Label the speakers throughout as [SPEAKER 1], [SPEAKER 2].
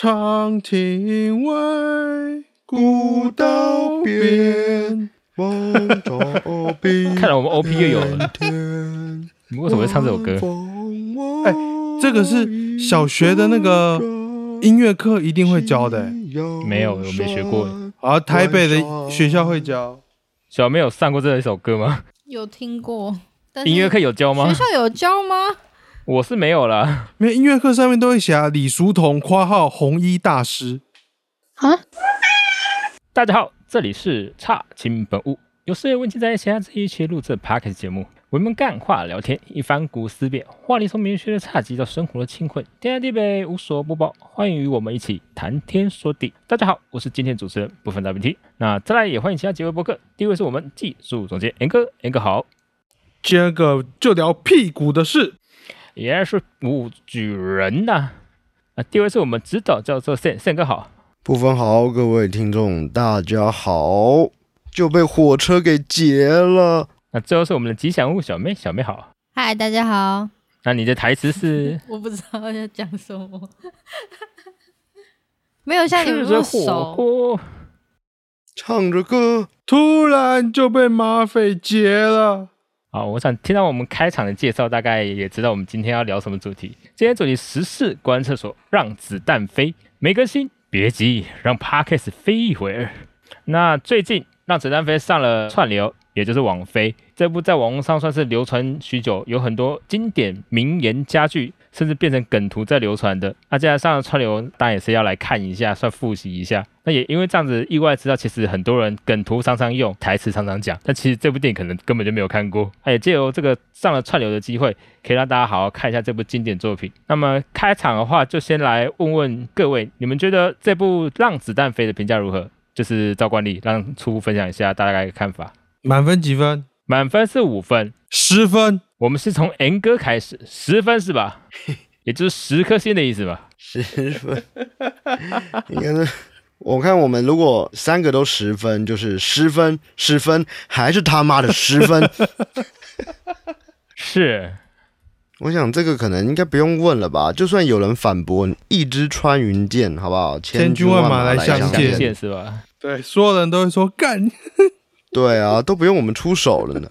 [SPEAKER 1] 长亭外，古道边，梦中冰
[SPEAKER 2] 看来我们 OP 又有了。
[SPEAKER 1] 天
[SPEAKER 2] 你为什么会唱这首歌？
[SPEAKER 3] 嗯
[SPEAKER 1] 哎这个是小学的那个音乐课一定会教的、欸，
[SPEAKER 2] 没有我没学过
[SPEAKER 1] 啊，台北的学校会教。
[SPEAKER 2] 小妹有上过这一首歌吗？
[SPEAKER 3] 有听过，但是
[SPEAKER 2] 音乐课有教吗
[SPEAKER 3] 学？校有教吗？
[SPEAKER 2] 我是没有啦。
[SPEAKER 1] 没有音乐课上面都会写啊李叔同（括号红衣大师
[SPEAKER 4] 啊，
[SPEAKER 2] 大家好，这里是差青本屋，有事有问题在一起啊，这一起录制 p a r k 节目，我们干话聊天，一番古思辨，话题从文学的差级到生活的清困，天南地北无所不包，欢迎与我们一起谈天说地。大家好，我是今天的主持人不分 WT，那再来也欢迎其他几位播客，第一位是我们技术总监 N 哥，N 哥好，）。
[SPEAKER 1] 今个就聊屁股的事。
[SPEAKER 2] 也是五举人呐、啊。第二位是我们指导教授 Sen Sen 哥好，
[SPEAKER 5] 不分好，各位听众大家好，就被火车给劫了。
[SPEAKER 2] 那最后是我们的吉祥物小妹，小妹好。
[SPEAKER 3] 嗨，大家好，
[SPEAKER 2] 那你的台词是
[SPEAKER 3] 我不知道要讲什么， 没有像你们
[SPEAKER 2] 吃
[SPEAKER 3] 那
[SPEAKER 2] 着
[SPEAKER 3] 么
[SPEAKER 2] 火
[SPEAKER 3] 熟，
[SPEAKER 2] 锅，
[SPEAKER 5] 唱着歌，
[SPEAKER 1] 突然就被马匪劫了。
[SPEAKER 2] 好，我想听到我们开场的介绍，大概也知道我们今天要聊什么主题。今天主题时事观测所，让子弹飞。没更新，别急，让 Parkes 飞一会儿。那最近《让子弹飞》上了串流，也就是网飞。这部在网络上算是流传许久，有很多经典名言佳句，甚至变成梗图在流传的。那既然上了串流，当然也是要来看一下，算复习一下。那也因为这样子，意外知道其实很多人梗图常常用，台词常常讲，但其实这部电影可能根本就没有看过。那也借由这个上了串流的机会，可以让大家好好看一下这部经典作品。那么开场的话，就先来问问各位，你们觉得这部《让子弹飞》的评价如何？就是照惯例，让初步分享一下大概的看法。
[SPEAKER 1] 满分几分？
[SPEAKER 2] 满分是五分，
[SPEAKER 1] 十分。
[SPEAKER 2] 我们是从 N 哥开始，十分是吧？也就是十颗星的意思吧。
[SPEAKER 5] 十分，应该是。我看我们如果三个都十分，就是十分，十分，还是他妈的十分。
[SPEAKER 2] 是，
[SPEAKER 5] 我想这个可能应该不用问了吧？就算有人反驳，一支穿云箭，好不好？
[SPEAKER 1] 千军万马
[SPEAKER 5] 马
[SPEAKER 1] 来相
[SPEAKER 5] 相
[SPEAKER 2] 相
[SPEAKER 1] 见
[SPEAKER 2] 见是吧？
[SPEAKER 1] 对，所有人都会说干。
[SPEAKER 5] 对啊，都不用我们出手了呢。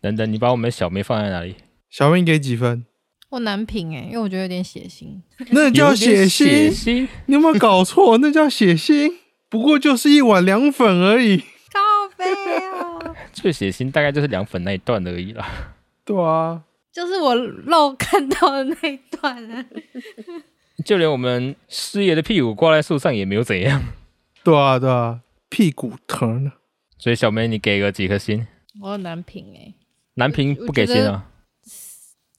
[SPEAKER 2] 等等，你把我们小梅放在哪里？
[SPEAKER 1] 小明给几分？
[SPEAKER 3] 我难评哎、因为我觉得有点血腥。
[SPEAKER 1] 那叫血
[SPEAKER 2] 有点血
[SPEAKER 1] 腥，
[SPEAKER 2] 腥。
[SPEAKER 1] 你有没有搞错？那叫血腥，不过就是一碗凉粉而已。
[SPEAKER 3] 靠背啊！
[SPEAKER 2] 最血腥大概就是凉粉那一段而已啦。
[SPEAKER 1] 对啊，
[SPEAKER 3] 就是我肉看到的那一段啊，
[SPEAKER 2] 就连我们师爷的屁股挂在树上也没有怎样。
[SPEAKER 1] 对啊，对啊，屁股疼啊呢。
[SPEAKER 2] 所以小梅，你给个几颗星？
[SPEAKER 3] 我很难评哎、
[SPEAKER 2] 南平不给星啊，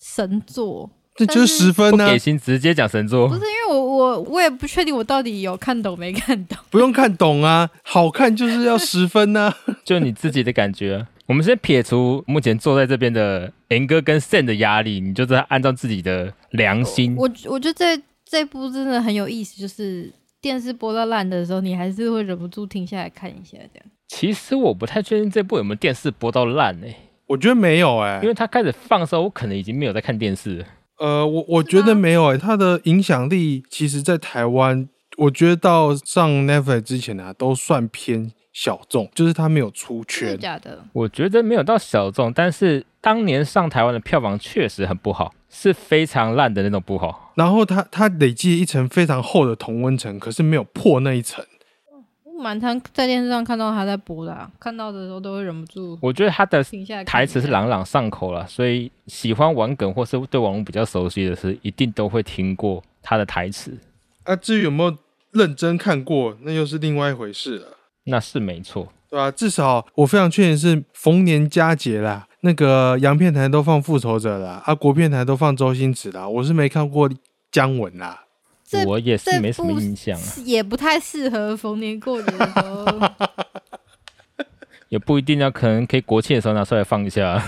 [SPEAKER 3] 神作
[SPEAKER 1] 这就是十分啊
[SPEAKER 2] 不
[SPEAKER 1] 呢、
[SPEAKER 2] 给星直接讲神
[SPEAKER 3] 不
[SPEAKER 2] 作
[SPEAKER 3] 是。因为我我我也不确定我到底有看懂没看懂，
[SPEAKER 1] 不用看懂啊，好看就是 要十分啊呢、
[SPEAKER 2] 就你自己的感觉啊。我们先撇除目前坐在这边的 N 哥跟 Sen 的压力，你就是按照自己的良心。
[SPEAKER 3] 哦我我觉得这这部真的很有意思，就是电视播到烂的时候，你还是会忍不住停下来看一下这样。
[SPEAKER 2] 其实我不太确定这部有没有电视播到烂诶、
[SPEAKER 1] 我觉得没有哎、
[SPEAKER 2] 因为它开始放的时候，我可能已经没有在看电视了。
[SPEAKER 1] 呃，我我觉得没有诶、它的影响力其实，在台湾，我觉得到上 Netflix 之前啊，都算偏小众，就是它没有出
[SPEAKER 3] 真的
[SPEAKER 1] 圈。
[SPEAKER 3] 假的？
[SPEAKER 2] 我觉得没有到小众，但是当年上台湾的票房确实很不好，是非常烂的那种不好。
[SPEAKER 1] 然后它它累积了一层非常厚的同温层，可是没有破那一层。
[SPEAKER 3] 我蛮常在电视上看到他在播的、啊，看到的时候都会忍不住
[SPEAKER 2] 我觉得他的
[SPEAKER 3] 停下来看
[SPEAKER 2] 台
[SPEAKER 3] 一下。
[SPEAKER 2] 词是朗朗上口了，所以喜欢玩梗或是对网络比较熟悉的是，一定都会听过他的台词，
[SPEAKER 1] 啊，至于有没有认真看过，那又是另外一回事了，
[SPEAKER 2] 那是没错。
[SPEAKER 1] 对吧、至少我非常确定是逢年佳节啦，那个洋片台都放《复仇者》啦，啊，国片台都放周星驰啦，我是没看过姜文啦。
[SPEAKER 3] 这
[SPEAKER 2] 我也是
[SPEAKER 3] 这
[SPEAKER 2] 没什么
[SPEAKER 3] 部
[SPEAKER 2] 印象啊，
[SPEAKER 3] 也不太适合逢年过节的时候。
[SPEAKER 2] 也不一定要，可能可以国庆的时候拿出来放一下。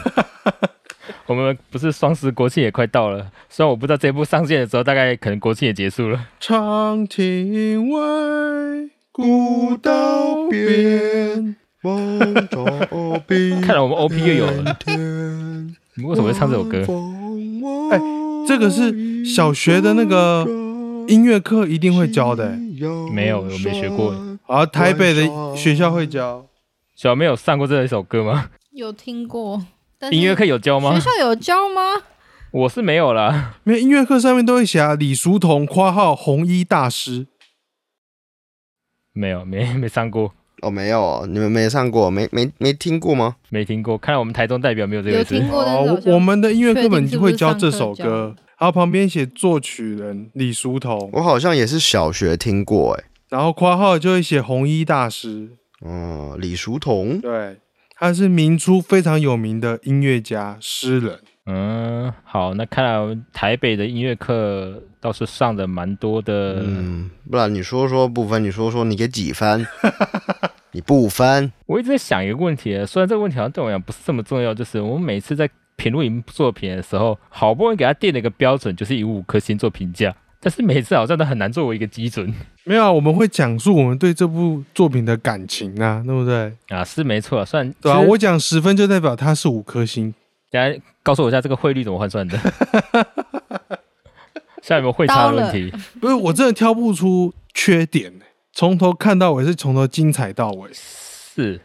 [SPEAKER 2] 我们不是双十国庆也快到了，虽然我不知道这部上线的时候，大概可能国庆也结束了。
[SPEAKER 1] 长亭外，古道边，
[SPEAKER 5] 梦中
[SPEAKER 3] 嗯
[SPEAKER 5] 冰
[SPEAKER 2] 看来我们 OP 又有了，
[SPEAKER 5] 天
[SPEAKER 2] 你为什么会唱这首歌？
[SPEAKER 1] 哎这个是小学的那个音乐课一定会教的、欸，
[SPEAKER 2] 没有我没学过欸
[SPEAKER 1] 而台北的学校会教。
[SPEAKER 2] 小妹有上过这一首歌吗？
[SPEAKER 3] 有听过，但是
[SPEAKER 2] 音乐课有教吗
[SPEAKER 3] 学？校有教吗？
[SPEAKER 2] 我是没有啦。
[SPEAKER 1] 没有音乐课上面都会写啊，李叔同（括号红衣大师
[SPEAKER 2] 没有，没没上过，
[SPEAKER 5] 哦，没有哦，你们没上过，没没没听过吗？
[SPEAKER 2] 没听过。看来我们台中代表没有这
[SPEAKER 3] 有
[SPEAKER 2] 回事
[SPEAKER 3] 听。）。过，但是好
[SPEAKER 1] 哦，
[SPEAKER 3] 像
[SPEAKER 1] 我们的音乐课本
[SPEAKER 3] 确定是
[SPEAKER 1] 就
[SPEAKER 3] 不是
[SPEAKER 1] 会教这首
[SPEAKER 3] 上课
[SPEAKER 1] 歌，然后旁边写作曲人李叔同，
[SPEAKER 5] 我好像也是小学听过，哎，
[SPEAKER 1] 然后括号就会写红衣大师。
[SPEAKER 5] 嗯，李叔同，
[SPEAKER 1] 对，他是明初非常有名的音乐家、诗人。
[SPEAKER 2] 嗯，好，那看来我们台北的音乐课倒是上的蛮多的。
[SPEAKER 5] 嗯，不然你说说不分，你说说你给几分？你不分，
[SPEAKER 2] 我一直在想一个问题，虽然这个问题好像对我来讲不是这么重要，就是我们每次在评论一部作品的时候，好不容易给他定了一个标准，就是以五颗星做评价，但是每次好像都很难作为一个基准
[SPEAKER 1] 没有啊，我们会讲述我们对这部作品的感情啊，对不对？
[SPEAKER 2] 啊。是没错，虽然
[SPEAKER 1] 对啊，
[SPEAKER 2] 其实
[SPEAKER 1] 我讲十分就代表它是五颗星。
[SPEAKER 2] 大家告诉我一下这个汇率怎么换算 的？现在有没有汇差的问题？
[SPEAKER 1] 不是，我真的挑不出缺点、从头看到尾是从头精彩到尾，
[SPEAKER 2] 是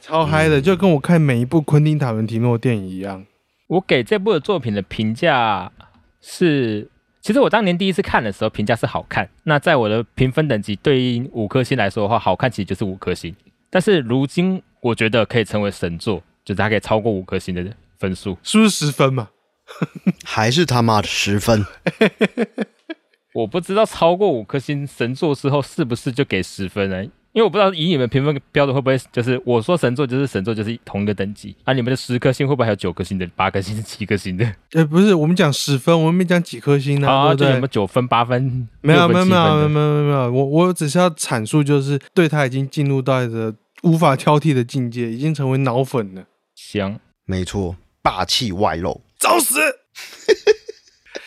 [SPEAKER 1] 超嗨
[SPEAKER 2] 嗯
[SPEAKER 1] 的，就跟我看每一部昆汀塔伦提诺电影一样。
[SPEAKER 2] 我给这部的作品的评价是，其实我当年第一次看的时候评价是好看，那在我的评分等级对应五颗星来说的话，好看其实就是五颗星。但是如今我觉得可以成为神作，就是它可以超过五颗星的分数。
[SPEAKER 1] 是不是十分嘛？
[SPEAKER 5] 还是他妈的十分？
[SPEAKER 2] 我不知道超过五颗星神作之后是不是就给十分呢？因为我不知道以你们评分标准会不会就是我说神作就是神作就是同一个等级啊？你们的十颗星会不会还有九颗星的、八颗星、七颗星的？
[SPEAKER 1] 呃，不是，我们讲十分，我们没讲几颗星呢、
[SPEAKER 2] 啊，就
[SPEAKER 1] 对
[SPEAKER 2] 什
[SPEAKER 1] 不
[SPEAKER 2] 么
[SPEAKER 1] 对？
[SPEAKER 2] 九分、八分、
[SPEAKER 1] 没有
[SPEAKER 2] 六
[SPEAKER 1] 没有
[SPEAKER 2] 分
[SPEAKER 1] 没
[SPEAKER 2] 七分的
[SPEAKER 1] 有没有没有没有，我我只是要阐述，就是对他已经进入到一个无法挑剔的境界，已经成为脑粉了。
[SPEAKER 2] 香。
[SPEAKER 5] 没错，霸气外露。
[SPEAKER 1] 找 死！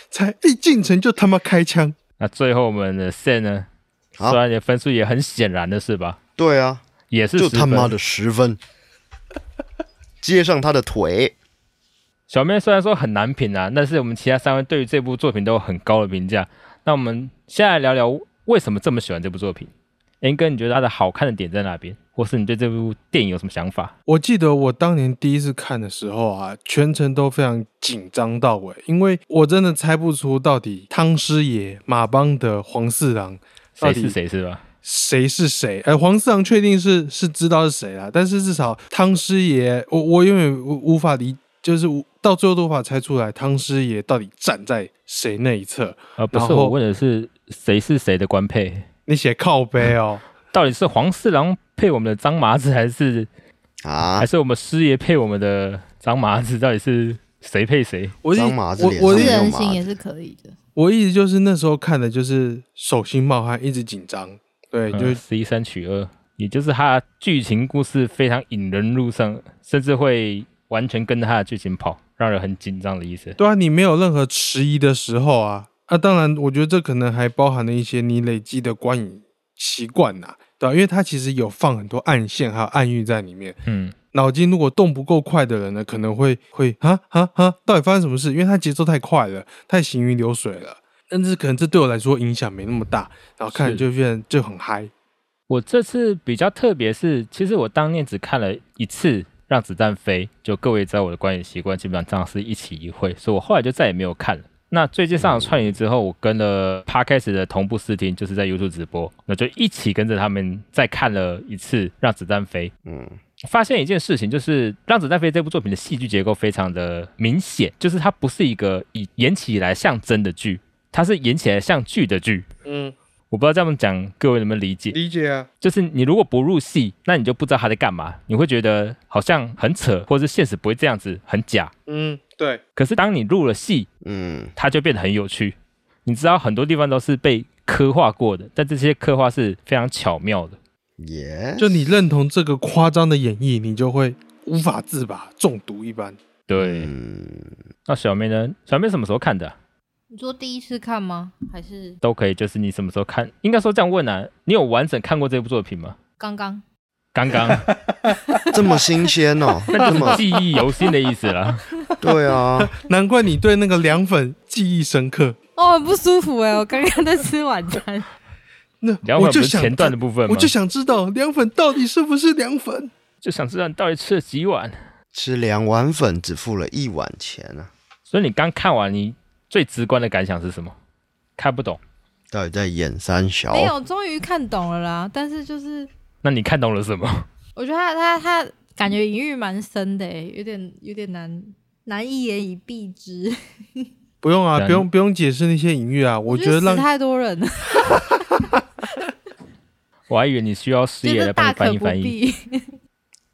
[SPEAKER 1] 才一进城就他妈开枪，
[SPEAKER 2] 那最后我们的 Sen 呢？
[SPEAKER 5] 好
[SPEAKER 2] 虽然你的分数也很显然的是吧？
[SPEAKER 5] 对啊，
[SPEAKER 2] 也是
[SPEAKER 5] 就
[SPEAKER 2] 10
[SPEAKER 5] 他妈
[SPEAKER 2] 分
[SPEAKER 5] 的十分，接上他的腿，
[SPEAKER 2] 小妹虽然说很难评啊，但是我们其他三位对于这部作品都有很高的评价。那我们现在来聊聊为什么这么喜欢这部作品。恩哥，你觉得它的好看的点在哪边？或是你对这部电影有什么想法？
[SPEAKER 1] 我记得我当年第一次看的时候啊，全程都非常紧张到尾，因为我真的猜不出到底汤师爷、马帮的黄四郎到底
[SPEAKER 2] 谁是谁是吧？
[SPEAKER 1] 谁是谁？呃，黄四郎确定是是知道是谁啦，但是至少汤师爷，我我永远无无法理，就是无到最后都无法猜出来汤师爷到底站在谁那一侧。
[SPEAKER 2] 呃，不
[SPEAKER 1] 然
[SPEAKER 2] 是，
[SPEAKER 1] 后
[SPEAKER 2] 我问的是谁是谁的官配，
[SPEAKER 1] 你写靠背哦，
[SPEAKER 2] 到底是黄四郎配我们的张麻子，还是、
[SPEAKER 5] 啊
[SPEAKER 2] 还，是我们师爷配我们的张麻子？到底是谁配谁？
[SPEAKER 1] 我一
[SPEAKER 5] 张麻子
[SPEAKER 1] 我
[SPEAKER 5] 脸
[SPEAKER 1] 我
[SPEAKER 5] 上
[SPEAKER 1] 的
[SPEAKER 3] 私
[SPEAKER 1] 意
[SPEAKER 5] 没有
[SPEAKER 3] 人
[SPEAKER 5] 嘛
[SPEAKER 3] 性也是可以的。
[SPEAKER 1] 我一直就是那时候看的，就是手心冒汗，一直紧张。对，
[SPEAKER 5] 嗯
[SPEAKER 1] 就、
[SPEAKER 2] 嗯十一三取二，也就是它剧情故事非常引人入胜，甚至会完全跟着它的剧情跑，让人很紧张的意思。
[SPEAKER 1] 对啊，你没有任何迟疑的时候啊。啊，当然，我觉得这可能还包含了一些你累积的观影习惯呐、对、啊，因为它其实有放很多暗线还有暗喻在里面。
[SPEAKER 2] 嗯，
[SPEAKER 1] 脑筋如果动不够快的人呢，可能会会啊啊啊，到底发生什么事？因为它节奏太快了，太行云流水了。但是可能这对我来说影响没那么大，然后看
[SPEAKER 2] 是
[SPEAKER 1] 了就变得就很嗨。
[SPEAKER 2] 我这次比较特别是，其实我当年只看了一次《让子弹飞》，就各位也知道我的观影习惯基本上是一起一会，所以我后来就再也没有看了。那最近上了串联之后，我跟了 Podcast 的同步试听，就是在 YouTube 直播，那就一起跟着他们再看了一次《让子弹飞》。
[SPEAKER 5] 嗯，
[SPEAKER 2] 发现一件事情，就是《让子弹飞》这部作品的戏剧结构非常的明显，就是它不是一个以演起来像真的剧，它是演起来像剧的剧。
[SPEAKER 1] 嗯，
[SPEAKER 2] 我不知道这样讲各位能不能理解，
[SPEAKER 1] 理解啊。
[SPEAKER 2] 就是你如果不入戏，那你就不知道他在干嘛，你会觉得好像很扯，或是现实不会这样子，很假。
[SPEAKER 1] 嗯，对。
[SPEAKER 2] 可是当你入了戏，
[SPEAKER 5] 嗯，
[SPEAKER 2] 它就变得很有趣。你知道很多地方都是被刻画过的，但这些刻画是非常巧妙的。
[SPEAKER 5] 耶，
[SPEAKER 1] 就你认同这个夸张的演绎，你就会无法自拔，中毒一般。
[SPEAKER 2] 对，
[SPEAKER 5] 嗯，
[SPEAKER 2] 那小妹呢？小妹什么时候看的啊、
[SPEAKER 3] 你说第一次看吗？还是
[SPEAKER 2] 都可以，就是你什么时候看？应该说这样问啊，你有完整看过这部作品吗？
[SPEAKER 3] 刚刚？
[SPEAKER 2] 刚刚，
[SPEAKER 5] 这么新鲜哦，
[SPEAKER 2] 那
[SPEAKER 5] 这
[SPEAKER 2] 就是
[SPEAKER 5] 么
[SPEAKER 2] 记忆犹新的意思啦。
[SPEAKER 5] 对啊，
[SPEAKER 1] 难怪你对那个凉粉记忆深刻。
[SPEAKER 3] 哦，很不舒服哎、我刚刚在吃晚餐。
[SPEAKER 1] 那
[SPEAKER 2] 凉
[SPEAKER 1] 我
[SPEAKER 2] 粉不
[SPEAKER 1] 就是想
[SPEAKER 2] 前段的部分吗？
[SPEAKER 1] 我就想知道凉粉到底是不是凉粉。
[SPEAKER 2] 就想知道你到底吃了几碗。
[SPEAKER 5] 吃两碗粉只付了一碗钱啊，
[SPEAKER 2] 所以你刚看完，你最直观的感想是什么？看不懂。
[SPEAKER 5] 到底在演三小？
[SPEAKER 3] 没有，终于看懂了啦。但是就是，
[SPEAKER 2] 那你看懂了什么？
[SPEAKER 3] 我觉得他他他感觉隐喻蛮深的、欸，有点有点难难一言以蔽之。
[SPEAKER 1] 不用啊，
[SPEAKER 2] 然
[SPEAKER 1] 不用不用解释那些隐喻啊，我觉得
[SPEAKER 3] 死
[SPEAKER 1] 让
[SPEAKER 3] 太多人了，
[SPEAKER 2] 我还以为你需要师
[SPEAKER 3] 觉
[SPEAKER 2] 爷
[SPEAKER 3] 得
[SPEAKER 2] 来帮
[SPEAKER 3] 大
[SPEAKER 2] 你翻译
[SPEAKER 3] 可不
[SPEAKER 2] 翻译。
[SPEAKER 3] 必。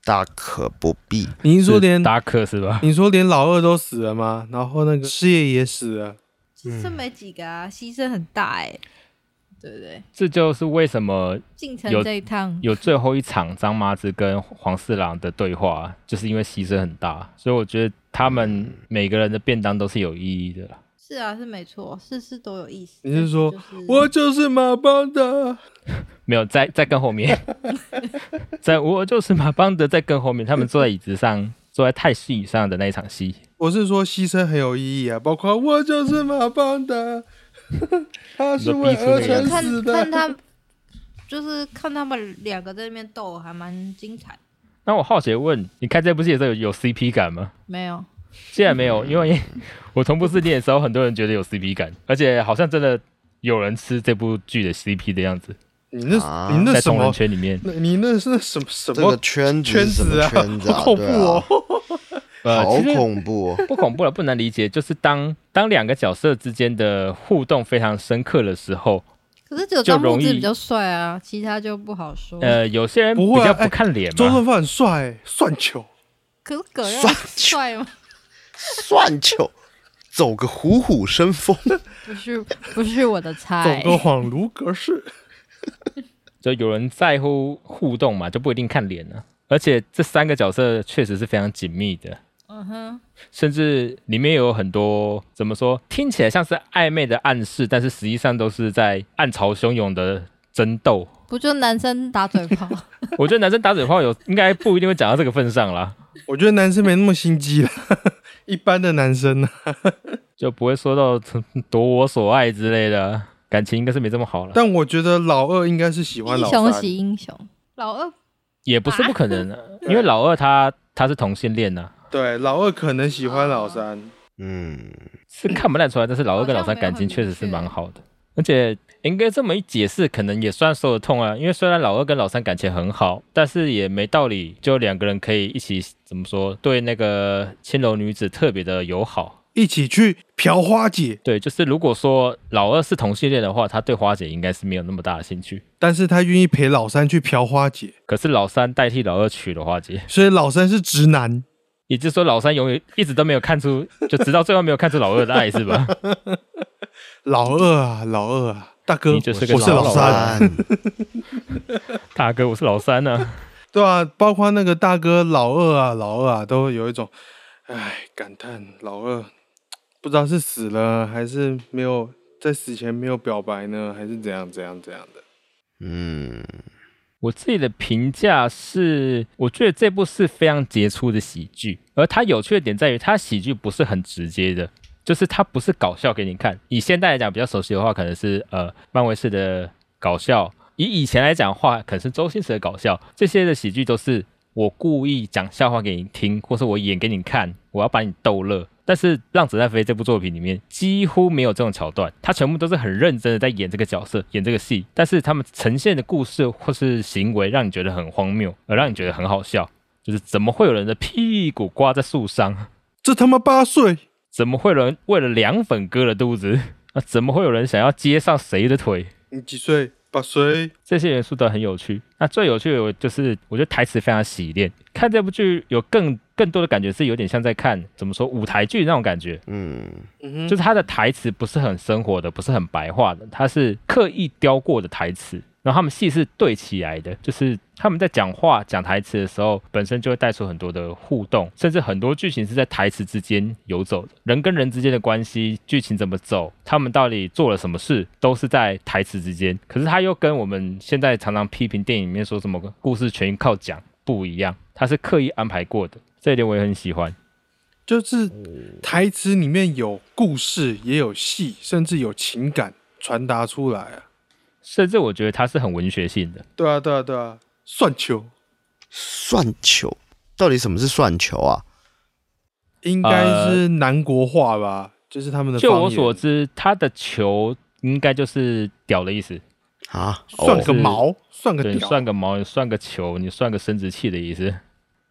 [SPEAKER 5] 大可不必。
[SPEAKER 1] 你是说连
[SPEAKER 2] 达克是吧？
[SPEAKER 1] 你说连老二都死了吗？然后那个师爷也死了，
[SPEAKER 3] 其实剩没几个啊，牺牲很大哎、对不对？
[SPEAKER 2] 这就是为什么
[SPEAKER 3] 进城
[SPEAKER 2] 有
[SPEAKER 3] 这一趟，
[SPEAKER 2] 有最后一场张麻子跟黄四郎的对话，就是因为牺牲很大，所以我觉得他们每个人的便当都是有意义的啦。
[SPEAKER 3] 是啊，是没错，事事都有意思。
[SPEAKER 1] 你是说
[SPEAKER 3] 就是
[SPEAKER 1] 我就是马帮的？
[SPEAKER 2] 没有，在在更后面， 在我就是马邦德在更后面，他们坐在椅子上，坐在太师椅上的那一场戏，
[SPEAKER 1] 我是说牺牲很有意义啊，包括我就是马帮 的，他是为儿
[SPEAKER 2] 你
[SPEAKER 3] 就
[SPEAKER 1] 臣
[SPEAKER 2] 说
[SPEAKER 1] 死
[SPEAKER 3] 看
[SPEAKER 1] 的。
[SPEAKER 3] 看他，就是看他们两个在那边斗，还蛮精彩。
[SPEAKER 2] 那我好奇地问，你看这部戏的时候有有 CP 感吗？
[SPEAKER 3] 没有，
[SPEAKER 2] 既然没有，
[SPEAKER 1] 嗯
[SPEAKER 2] 因为 我同步试电的时候，很多人觉得有 CP 感，而且好像真的有人吃这部剧的 CP 的样子，
[SPEAKER 1] 你那
[SPEAKER 5] 啊
[SPEAKER 1] 你那
[SPEAKER 2] 在
[SPEAKER 1] 什
[SPEAKER 2] 同人
[SPEAKER 1] 么？
[SPEAKER 2] 圈里面，
[SPEAKER 1] 那你那是什么什
[SPEAKER 5] 这个
[SPEAKER 1] 么
[SPEAKER 5] 圈子
[SPEAKER 1] 圈
[SPEAKER 5] 是什
[SPEAKER 1] 子
[SPEAKER 5] 么
[SPEAKER 1] 啊？
[SPEAKER 5] 圈子啊？
[SPEAKER 1] 好恐怖
[SPEAKER 5] 对啊
[SPEAKER 1] 哦！！
[SPEAKER 2] 呃，
[SPEAKER 5] 好
[SPEAKER 2] 其实
[SPEAKER 5] 恐怖、哦！
[SPEAKER 2] 不恐怖了，不难理解， 就是当当两个角色之间的互动非常深刻的时候，
[SPEAKER 3] 可是只有
[SPEAKER 2] 就
[SPEAKER 3] 张
[SPEAKER 2] 容
[SPEAKER 3] 木
[SPEAKER 2] 易
[SPEAKER 3] 子比较帅啊，其他就不好说。
[SPEAKER 2] 呃，有些人
[SPEAKER 1] 哦不
[SPEAKER 2] 比
[SPEAKER 1] 会啊
[SPEAKER 2] 较不
[SPEAKER 1] 哎
[SPEAKER 2] 看脸
[SPEAKER 1] 周
[SPEAKER 2] 嘛，
[SPEAKER 1] 润发很帅欸，算球。
[SPEAKER 3] 可是葛亮
[SPEAKER 5] 算
[SPEAKER 3] 帅吗？
[SPEAKER 5] 算球，走个虎虎生风。
[SPEAKER 3] 不是， 不是我的
[SPEAKER 1] 走
[SPEAKER 3] 菜。
[SPEAKER 1] 个恍如隔世。
[SPEAKER 2] 就有人在乎互动嘛，就不一定看脸了。而且这三个角色确实是非常紧密的，
[SPEAKER 3] 嗯哼，
[SPEAKER 2] 甚至里面有很多怎么说，听起来像是暧昧的暗示，但是实际上都是在暗潮汹涌的争斗。
[SPEAKER 3] 不就男生打嘴炮？
[SPEAKER 2] 我觉得男生打嘴炮有应该不一定会讲到这个份上啦，
[SPEAKER 1] 我觉得男生没那么心机了， 一般的男生啊呢、
[SPEAKER 2] 就不会说到夺我所爱之类的，感情应该是没这么好了，
[SPEAKER 1] 但我觉得老二应该是 喜欢
[SPEAKER 3] 英
[SPEAKER 1] 老
[SPEAKER 3] 雄
[SPEAKER 1] 三。
[SPEAKER 3] 惜英雄，老二
[SPEAKER 2] 也不是不可能的、因为老二他他是同性恋呐、啊
[SPEAKER 1] 对，老二可能喜欢老三。
[SPEAKER 5] 嗯，
[SPEAKER 2] 是看不太出来，但是老二跟老三感情确实是蛮好的，而且应该这么一解释，可能也算说得通啊。因为虽然老二跟老三感情很好，但是也没道理就两个人可以一起怎么说，对那个青楼女子特别的友好。
[SPEAKER 1] 一起去嫖花姐，
[SPEAKER 2] 对，就是如果说老二是同性恋的话，他对花姐应该是没有那么大的兴趣。
[SPEAKER 1] 但是他愿意陪老三去嫖花姐，
[SPEAKER 2] 可是老三代替老二娶了花姐，
[SPEAKER 1] 所以老三是直男。
[SPEAKER 2] 也就是说老三永远一直都没有看出，就直到最后没有看出老二的爱是吧？
[SPEAKER 1] 老二啊，老二啊，大哥，
[SPEAKER 2] 你就是个
[SPEAKER 1] 我是
[SPEAKER 2] 老
[SPEAKER 1] 老三。
[SPEAKER 5] 三，
[SPEAKER 2] 大哥，我是老三呢、
[SPEAKER 1] 对啊，包括那个大哥老二啊，老二啊，都有一种，唉，感叹老二不知道是死了还是没有在死前没有表白呢，还是怎样怎样怎样的。
[SPEAKER 5] 嗯，
[SPEAKER 2] 我自己的评价是，我觉得这部是非常杰出的喜剧，而它有趣的点在于，它喜剧不是很直接的，就是它不是搞笑给你看。以现在来讲比较熟悉的话，可能是呃漫威式的搞笑；以以前来讲的话，可能是周星驰的搞笑。这些的喜剧都是我故意讲笑话给你听，或是我演给你看，我要把你逗乐。但是《让子弹飞》这部作品里面几乎没有这种桥段，他全部都是很认真的在演这个角色，演这个戏。但是他们呈现的故事或是行为，让你觉得很荒谬，而让你觉得很好笑。就是怎么会有人的屁股挂在树上？
[SPEAKER 1] 这他妈八岁，
[SPEAKER 2] 怎么会有人为了凉粉割了肚子？啊，怎么会有人想要接上谁的腿？
[SPEAKER 1] 你几岁？八岁。
[SPEAKER 2] 这些元素都很有趣。那最有趣的我就是，我觉得台词非常洗练。看这部剧有更更多的感觉是有点像在看怎么说舞台剧那种感觉，
[SPEAKER 5] 嗯，
[SPEAKER 1] 嗯
[SPEAKER 2] 就
[SPEAKER 1] 哼，
[SPEAKER 2] 是他的台词不是很生活的，不是很白话的，他是刻意雕过的台词。然后他们戏是对起来的，就是他们在讲话、讲台词的时候，本身就会带出很多的互动，甚至很多剧情是在台词之间游走的。人跟人之间的关系，剧情怎么走，他们到底做了什么事，都是在台词之间。可是他又跟我们现在常常批评电影里面说什么故事全靠讲不一样，他是刻意安排过的，这一点我也很喜欢。
[SPEAKER 1] 就是台词里面有故事，也有戏，甚至有情感传达出来啊。
[SPEAKER 2] 甚至我觉得它是很文学性的。
[SPEAKER 1] 对啊，对啊，对啊，算球
[SPEAKER 5] 算球到底什么是算球啊？
[SPEAKER 1] 应该是南国话吧，就是他们的。
[SPEAKER 2] 就我所，知，它的球应该就是屌的意思，
[SPEAKER 5] 啊，
[SPEAKER 1] 算
[SPEAKER 5] 哦
[SPEAKER 1] 个毛，算个
[SPEAKER 2] 对，你
[SPEAKER 1] 屌，
[SPEAKER 2] 算个毛，你算个球，你算个生殖器的意思。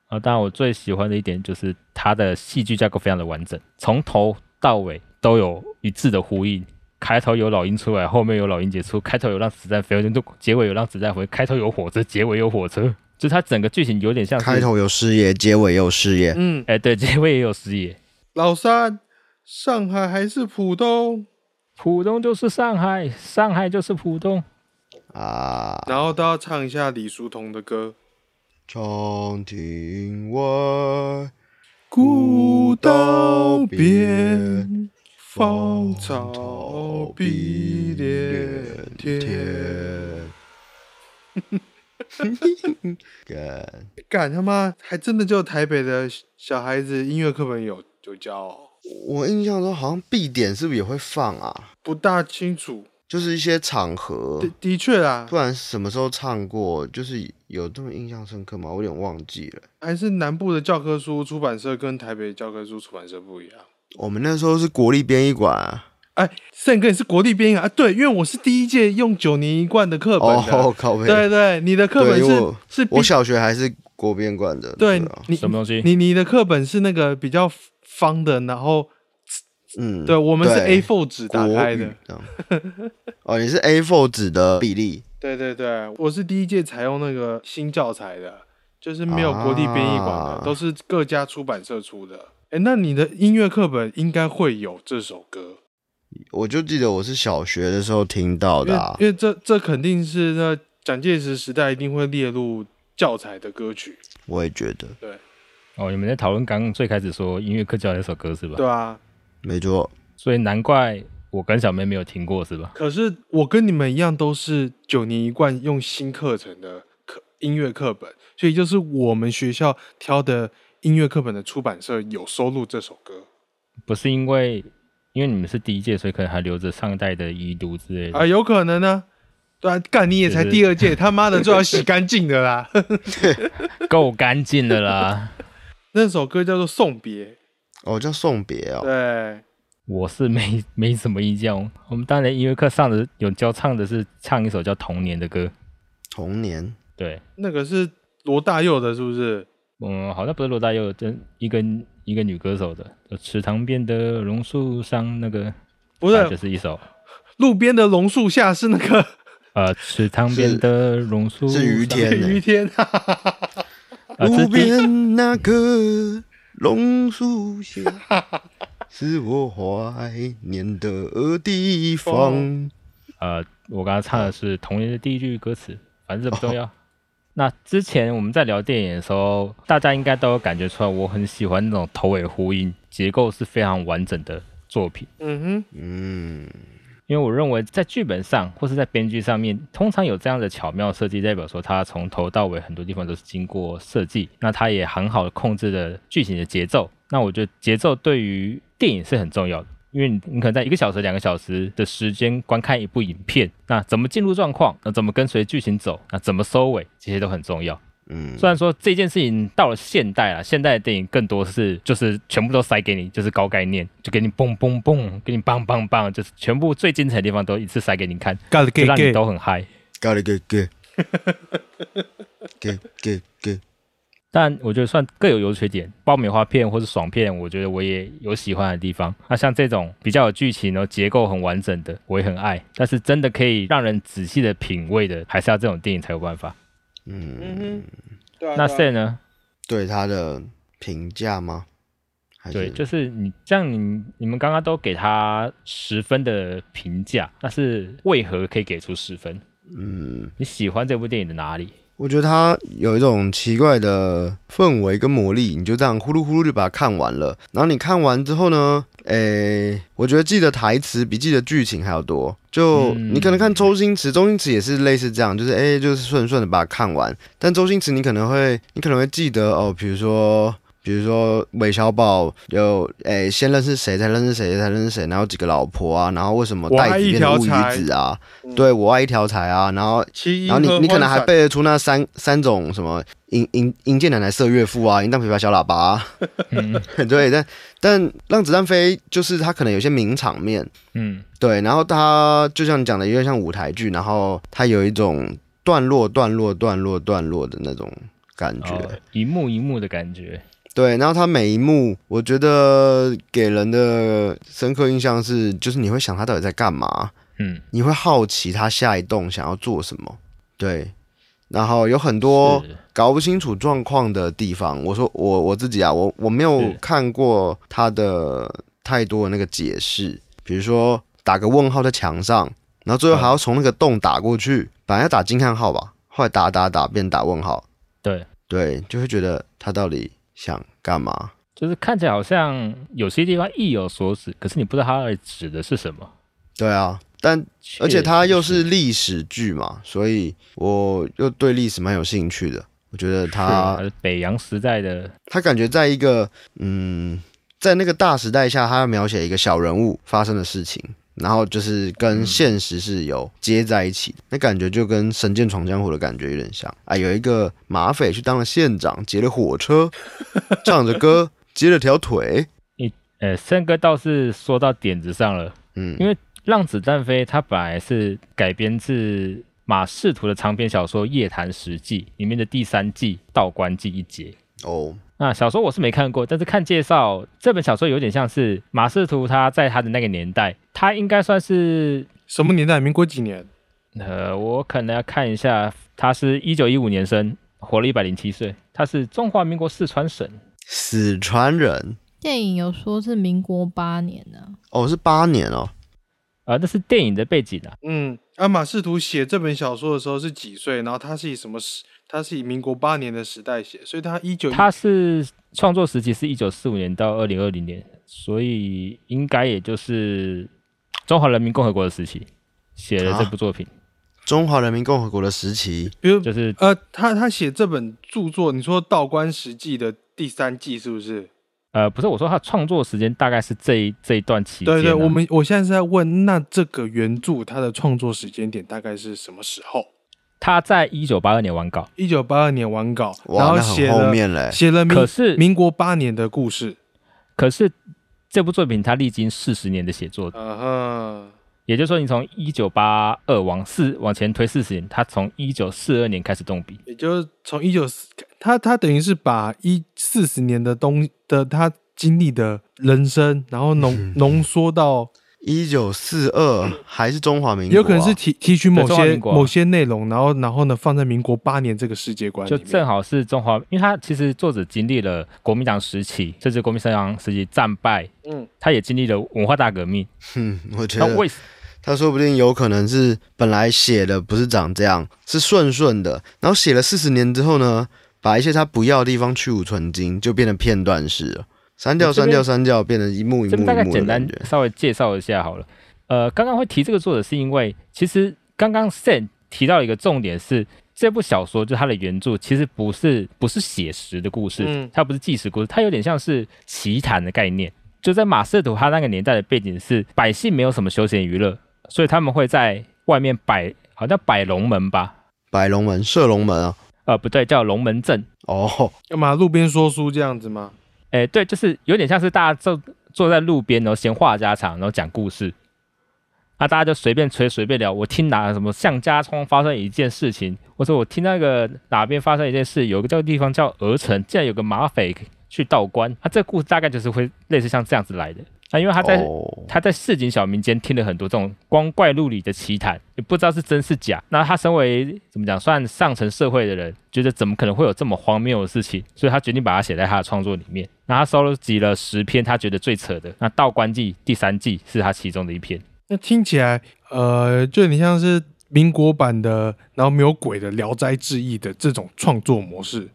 [SPEAKER 2] 啊，当然我最喜欢的一点就是它的戏剧架构非常的完整，从头到尾都有一致的呼应。开头有老鹰出来，后面有老鹰结束；开头有让子弹飞，结尾有让子弹回；开头有火车，结尾有火车。就是它整个剧情有点 像是
[SPEAKER 5] 开，头有事业，结尾有事业，
[SPEAKER 1] 嗯，
[SPEAKER 2] 哎、对，结尾也有视野。
[SPEAKER 1] 老三，上海还是浦东，
[SPEAKER 2] 浦东就是上海，上海就是浦东。
[SPEAKER 5] 啊，
[SPEAKER 1] 然后都要唱一下李叔同的歌。
[SPEAKER 5] 长亭外，
[SPEAKER 1] 古道边
[SPEAKER 5] 边，
[SPEAKER 1] 芳草碧连天。
[SPEAKER 5] 天。干
[SPEAKER 1] 干他妈，还真的就台北的小孩子音乐课本有有教、哦，
[SPEAKER 5] 我印象中好像 B 点是不是也会放啊？
[SPEAKER 1] 不大清楚。
[SPEAKER 5] 就是一些场合
[SPEAKER 1] 的，的确啦
[SPEAKER 5] 不，然什么时候唱过？就是有这么印象深刻吗？我有点忘记了。
[SPEAKER 1] 还是南部的教科书出版社跟台北教科书出版社不一样。
[SPEAKER 5] 我们那时候是国立编译馆啊、
[SPEAKER 1] 哎，圣哥你是国立编译啊？对，因为我是第一届用九年一贯的课本的。
[SPEAKER 5] 哦，靠背。
[SPEAKER 1] 对对，你的课本
[SPEAKER 5] 对因为
[SPEAKER 1] 是
[SPEAKER 5] 我
[SPEAKER 1] 是比
[SPEAKER 5] 我小学还是国编馆的。
[SPEAKER 1] 对
[SPEAKER 5] 啊
[SPEAKER 1] 你
[SPEAKER 2] 什么东西
[SPEAKER 1] 你你的课本是那个比较方的，然后
[SPEAKER 5] 嗯，
[SPEAKER 1] 对我们是
[SPEAKER 5] 对
[SPEAKER 1] A4 纸打开
[SPEAKER 5] 国
[SPEAKER 1] 的
[SPEAKER 5] 语。这样哦，你是 A4 纸的比例
[SPEAKER 1] 对对对，我是第一届采用那个新教材的，就是没有国立编译馆的，
[SPEAKER 5] 啊
[SPEAKER 1] 都是各家出版社出的。哎，那你的音乐课本应该会有这首歌，
[SPEAKER 5] 我就记得我是小学的时候听到
[SPEAKER 1] 因为
[SPEAKER 5] 的、啊
[SPEAKER 1] 因。为这这肯定是那蒋介石时代一定会列入教材的歌曲，
[SPEAKER 5] 我也觉得，
[SPEAKER 2] 哦，你们在讨论刚刚最开始说音乐课教那首歌是吧？
[SPEAKER 1] 对啊。
[SPEAKER 5] 没错。
[SPEAKER 2] 所以难怪我跟小妹没有听过是吧？
[SPEAKER 1] 可是我跟你们一样，都是九年一贯用新课程的课音乐课本，所以就是我们学校挑的音乐课本的出版社有收录这首歌。
[SPEAKER 2] 不是因为因为你们是第一届，所以可能还留着上一代的遗毒之类的。
[SPEAKER 1] 啊，有可能呢、对啊，干你也才
[SPEAKER 2] 就是
[SPEAKER 1] 第二届，他妈的最好洗干净的啦。
[SPEAKER 2] 够干净的啦！
[SPEAKER 1] 那首歌叫做《送别
[SPEAKER 5] 哦，叫送别》，哦。
[SPEAKER 1] 对，
[SPEAKER 2] 我是没没什么意见哦。我们当年音乐课上的有教唱的是唱一首叫《童年》的歌，
[SPEAKER 5] 童年
[SPEAKER 2] 对，
[SPEAKER 1] 那个是罗大佑的，是不是？
[SPEAKER 2] 嗯，好像不是罗大佑，真一个一个女歌手的，就池塘边的榕树上那个，
[SPEAKER 1] 不是，
[SPEAKER 2] 啊就是一首。
[SPEAKER 1] 路边的榕树下是那个
[SPEAKER 2] 呃，池塘边的榕树
[SPEAKER 5] 是于
[SPEAKER 2] 上
[SPEAKER 5] 天 哪
[SPEAKER 1] 于天，哈哈哈哈
[SPEAKER 2] 啊，这
[SPEAKER 5] 路
[SPEAKER 2] 第
[SPEAKER 5] 边那棵榕树下， 是我怀念的地方。
[SPEAKER 2] 呃，我刚刚唱的是童年的第一句歌词，反正这不重要。 那之前我们在聊电影的时候，大家应该都有感觉出来，我很喜欢那种头尾呼应、结构是非常完整的作品，
[SPEAKER 1] 嗯哼，
[SPEAKER 5] 嗯，
[SPEAKER 2] 因为我认为在剧本上或是在编剧上面，通常有这样的巧妙设计，代表说它从头到尾很多地方都是经过设计，那它也很好的控制了剧情的节奏。那我觉得节奏对于电影是很重要的。因为你你可能在一个小时、两个小时的时间观看一部影片，那怎么进入状况，那怎么跟随剧情走，那怎么收尾，这些都很重要。
[SPEAKER 5] 嗯，
[SPEAKER 2] 虽然说这件事情到了现代啊，现代的电影更多是就是全部都塞给你，就是高概念，就给你蹦蹦蹦，给你棒棒棒，就是全部最精彩的地方都一次塞给你看，
[SPEAKER 1] 干
[SPEAKER 2] 就
[SPEAKER 1] 给
[SPEAKER 2] 让你
[SPEAKER 1] 给，
[SPEAKER 2] 都很嗨。
[SPEAKER 5] 搞了个 个，给给给，
[SPEAKER 2] 但我觉得算各有优缺点，爆米花片或是爽片，我觉得我也有喜欢的地方。那像这种比较有剧情，然后结构很完整的，我也很爱。但是真的可以让人仔细的品味的，还是要这种电影才有办法。
[SPEAKER 5] 嗯，
[SPEAKER 1] 嗯哼，对啊，
[SPEAKER 2] 那
[SPEAKER 1] 对
[SPEAKER 2] Sam
[SPEAKER 1] 啊
[SPEAKER 2] 呢？
[SPEAKER 5] 对他的评价吗？还
[SPEAKER 2] 对，
[SPEAKER 5] 是
[SPEAKER 2] 就是你这样你，你们刚刚都给他十分的评价，但是为何可以给出十分？
[SPEAKER 5] 嗯，
[SPEAKER 2] 你喜欢这部电影的哪里？
[SPEAKER 5] 我觉得它有一种奇怪的氛围跟魔力，你就这样呼噜呼噜就把它看完了。然后你看完之后呢，诶，我觉得记得台词比记得剧情还要多。就
[SPEAKER 2] 嗯
[SPEAKER 5] 你可能看周星驰，周星驰也是类似这样，就是诶，就是顺顺的把它看完。但周星驰你可能会，你可能会记得哦，比如说。比比如说韦小宝有诶、先认识谁，再认识谁，再认识谁，然后几个老婆啊，然后为什么
[SPEAKER 1] 我爱
[SPEAKER 5] 袋子
[SPEAKER 1] 一
[SPEAKER 5] 变
[SPEAKER 1] 条
[SPEAKER 5] 成乌鱼
[SPEAKER 1] 柴
[SPEAKER 5] 子啊？对我爱一条柴啊，然后
[SPEAKER 1] 七一
[SPEAKER 5] 然后你
[SPEAKER 1] 合
[SPEAKER 5] 你可
[SPEAKER 1] 欢
[SPEAKER 5] 能还
[SPEAKER 1] 散
[SPEAKER 5] 背得出那三三种什么银银银剑奶奶射岳父啊，银弹琵琶小喇叭、啊，
[SPEAKER 2] 嗯
[SPEAKER 5] 对，但但让子弹飞就是它可能有些名场面，
[SPEAKER 2] 嗯，
[SPEAKER 5] 对，然后它就像你讲的，有点像舞台剧，然后它有一种段落段落段落段落的那种感觉，
[SPEAKER 2] 哦，一幕一幕的感觉，
[SPEAKER 5] 对，然后它每一幕，我觉得给人的深刻印象是，就是你会想他到底在干嘛，
[SPEAKER 2] 嗯，
[SPEAKER 5] 你会好奇他下一动想要做什么，对，然后有很多。
[SPEAKER 2] 是
[SPEAKER 5] 搞不清楚状况的地方，我说我我自己啊，我我没有
[SPEAKER 2] 是
[SPEAKER 5] 看过他的太多的那个解释，比如说打个问号在墙上，然后最后还要从那个洞打过去，本来要打惊叹号吧，后来打打打变打问号，
[SPEAKER 2] 对，
[SPEAKER 5] 对，就会觉得他到底想干嘛？
[SPEAKER 2] 就是看起来好像有些地方意有所指，可是你不知道它到底指的是什么。
[SPEAKER 5] 对啊，但而且它又是历史剧嘛，所以我又对历史蛮有兴趣的，我觉得它
[SPEAKER 2] 他呃北洋时代的，
[SPEAKER 5] 他感觉在一个嗯，在那个大时代下，他要描写一个小人物发生的事情，然后就是
[SPEAKER 1] 嗯
[SPEAKER 5] 跟现实是有接在一起，那感觉就跟《神剑闯江湖》的感觉有点像啊。有一个马匪去当了县长，劫了火 车，唱着歌接了条腿，
[SPEAKER 2] 呃，森哥倒是说到点子上了。
[SPEAKER 5] 嗯
[SPEAKER 2] 因为《让子弹飞》它本来是改编自马仕途的长篇小说《夜谈十记》里面的第三季道观记一节。
[SPEAKER 5] 哦，
[SPEAKER 2] 那小说我是没看过，但是看介绍，这本小说有点像是马仕途他在他的那个年代，他应该算是
[SPEAKER 1] 什么年代？民国几年？
[SPEAKER 2] 呃，我可能要看一下，他是一九一五年生，活了一百零七岁，他是中华民国四川省。
[SPEAKER 5] 四川人
[SPEAKER 3] 电影有说是民国八年的、
[SPEAKER 5] 哦，是八年哦，
[SPEAKER 2] 啊、那是电影的背景啊，
[SPEAKER 1] 嗯，阿马仕途写这本小说的时候是几岁？然后他是以什么时？他是以民国八年的时代写，所以他一九
[SPEAKER 2] 他是创作时期是一九四五年到二零二零年，所以应该也就是中华人民共和国的时期写了这部作品，
[SPEAKER 1] 啊
[SPEAKER 5] 中华人民共和国的时期，
[SPEAKER 1] 比如
[SPEAKER 2] 就是
[SPEAKER 1] 呃，他他写这本著作，你说《道观实记》的第三季是不是？
[SPEAKER 2] 呃，不是我说他创作时间大概是这一这一段期间、啊。
[SPEAKER 1] 对对，我们我现在是在问，那这个原著它的创作时间点大概是什么时候？
[SPEAKER 2] 他在一九八二年完稿，
[SPEAKER 1] 一九八二年完稿，然
[SPEAKER 5] 哇，
[SPEAKER 1] 后
[SPEAKER 5] 那
[SPEAKER 1] 写
[SPEAKER 5] 很后
[SPEAKER 1] 了
[SPEAKER 5] 面欸嘞，
[SPEAKER 1] 写了民
[SPEAKER 2] 可是
[SPEAKER 1] 民国八年的故事。
[SPEAKER 2] 可是这部作品他历经四十年的写作，
[SPEAKER 1] 嗯哼，
[SPEAKER 2] 也就是说你从一九八二往四往前推四十年，他从一九四二年开始动笔。
[SPEAKER 1] 也就是从一九四，他他等于是把一四十年的东的他经历的人生，然后 浓浓缩到，
[SPEAKER 5] 一九四二还是中华民国、啊，
[SPEAKER 1] 有可能是提提取某
[SPEAKER 2] 对中华
[SPEAKER 1] 些
[SPEAKER 2] 民国啊
[SPEAKER 1] 某些内容，然后然后呢放在民国八年这个世界观里
[SPEAKER 2] 就
[SPEAKER 1] 面，
[SPEAKER 2] 正好是中华，因为他其实作者经历了国民党时期，甚至国民党时期战败，
[SPEAKER 1] 嗯，
[SPEAKER 2] 他也经历了文化大革命。
[SPEAKER 5] 嗯，我觉
[SPEAKER 2] 那
[SPEAKER 5] 得
[SPEAKER 2] 为什
[SPEAKER 5] 他说不定有可能是本来写的不是长这样，是顺顺的，然后写了四十年之后呢，把一些他不要的地方去芜存菁，就变得片段式了，删掉
[SPEAKER 2] 我这
[SPEAKER 5] 删
[SPEAKER 2] 边
[SPEAKER 5] 掉删掉，变成一幕一
[SPEAKER 2] 这
[SPEAKER 5] 幕
[SPEAKER 2] 边大概
[SPEAKER 5] 一幕的
[SPEAKER 2] 简单
[SPEAKER 5] 感觉。
[SPEAKER 2] 稍微介绍一下好了。呃，刚刚会提这个作者是因为，其实刚刚 Sen 提到一个重点是，这部小说就它的原著其实不是不是写实的故事，
[SPEAKER 1] 嗯
[SPEAKER 2] 它不是纪实故事，它有点像是奇谈的概念。就在马士图他那个年代的背景是，百姓没有什么休闲娱乐，所以他们会在外面摆，好像摆龙门吧，
[SPEAKER 5] 摆龙门、射龙门啊，
[SPEAKER 2] 呃，不对，叫龙门阵。
[SPEAKER 5] 哦，
[SPEAKER 1] 干嘛路边说书这样子吗？
[SPEAKER 2] 哎，对，就是有点像是大家坐坐在路边，然后闲话家常，然后讲故事。啊，大家就随便吹，随便聊。我听哪什么向家冲发生一件事情，或者我听那个哪边发生一件事，有个叫地方叫鹅城，竟然有个马匪去道观。啊，这故事大概就是会类似像这样子来的。啊，因为他在、
[SPEAKER 5] 哦，
[SPEAKER 2] 他在市井小民间听了很多这种光怪陆离的奇谈，也不知道是真是假。那他身为怎么讲，算上层社会的人，觉得怎么可能会有这么荒谬的事情？所以他决定把它写在他的创作里面。那他收集了十篇他觉得最扯的，那《道观记》第三季是他其中的一篇。
[SPEAKER 1] 那听起来，呃，就有点像是民国版的，然后没有鬼的《聊斋志异》的这种创作模式。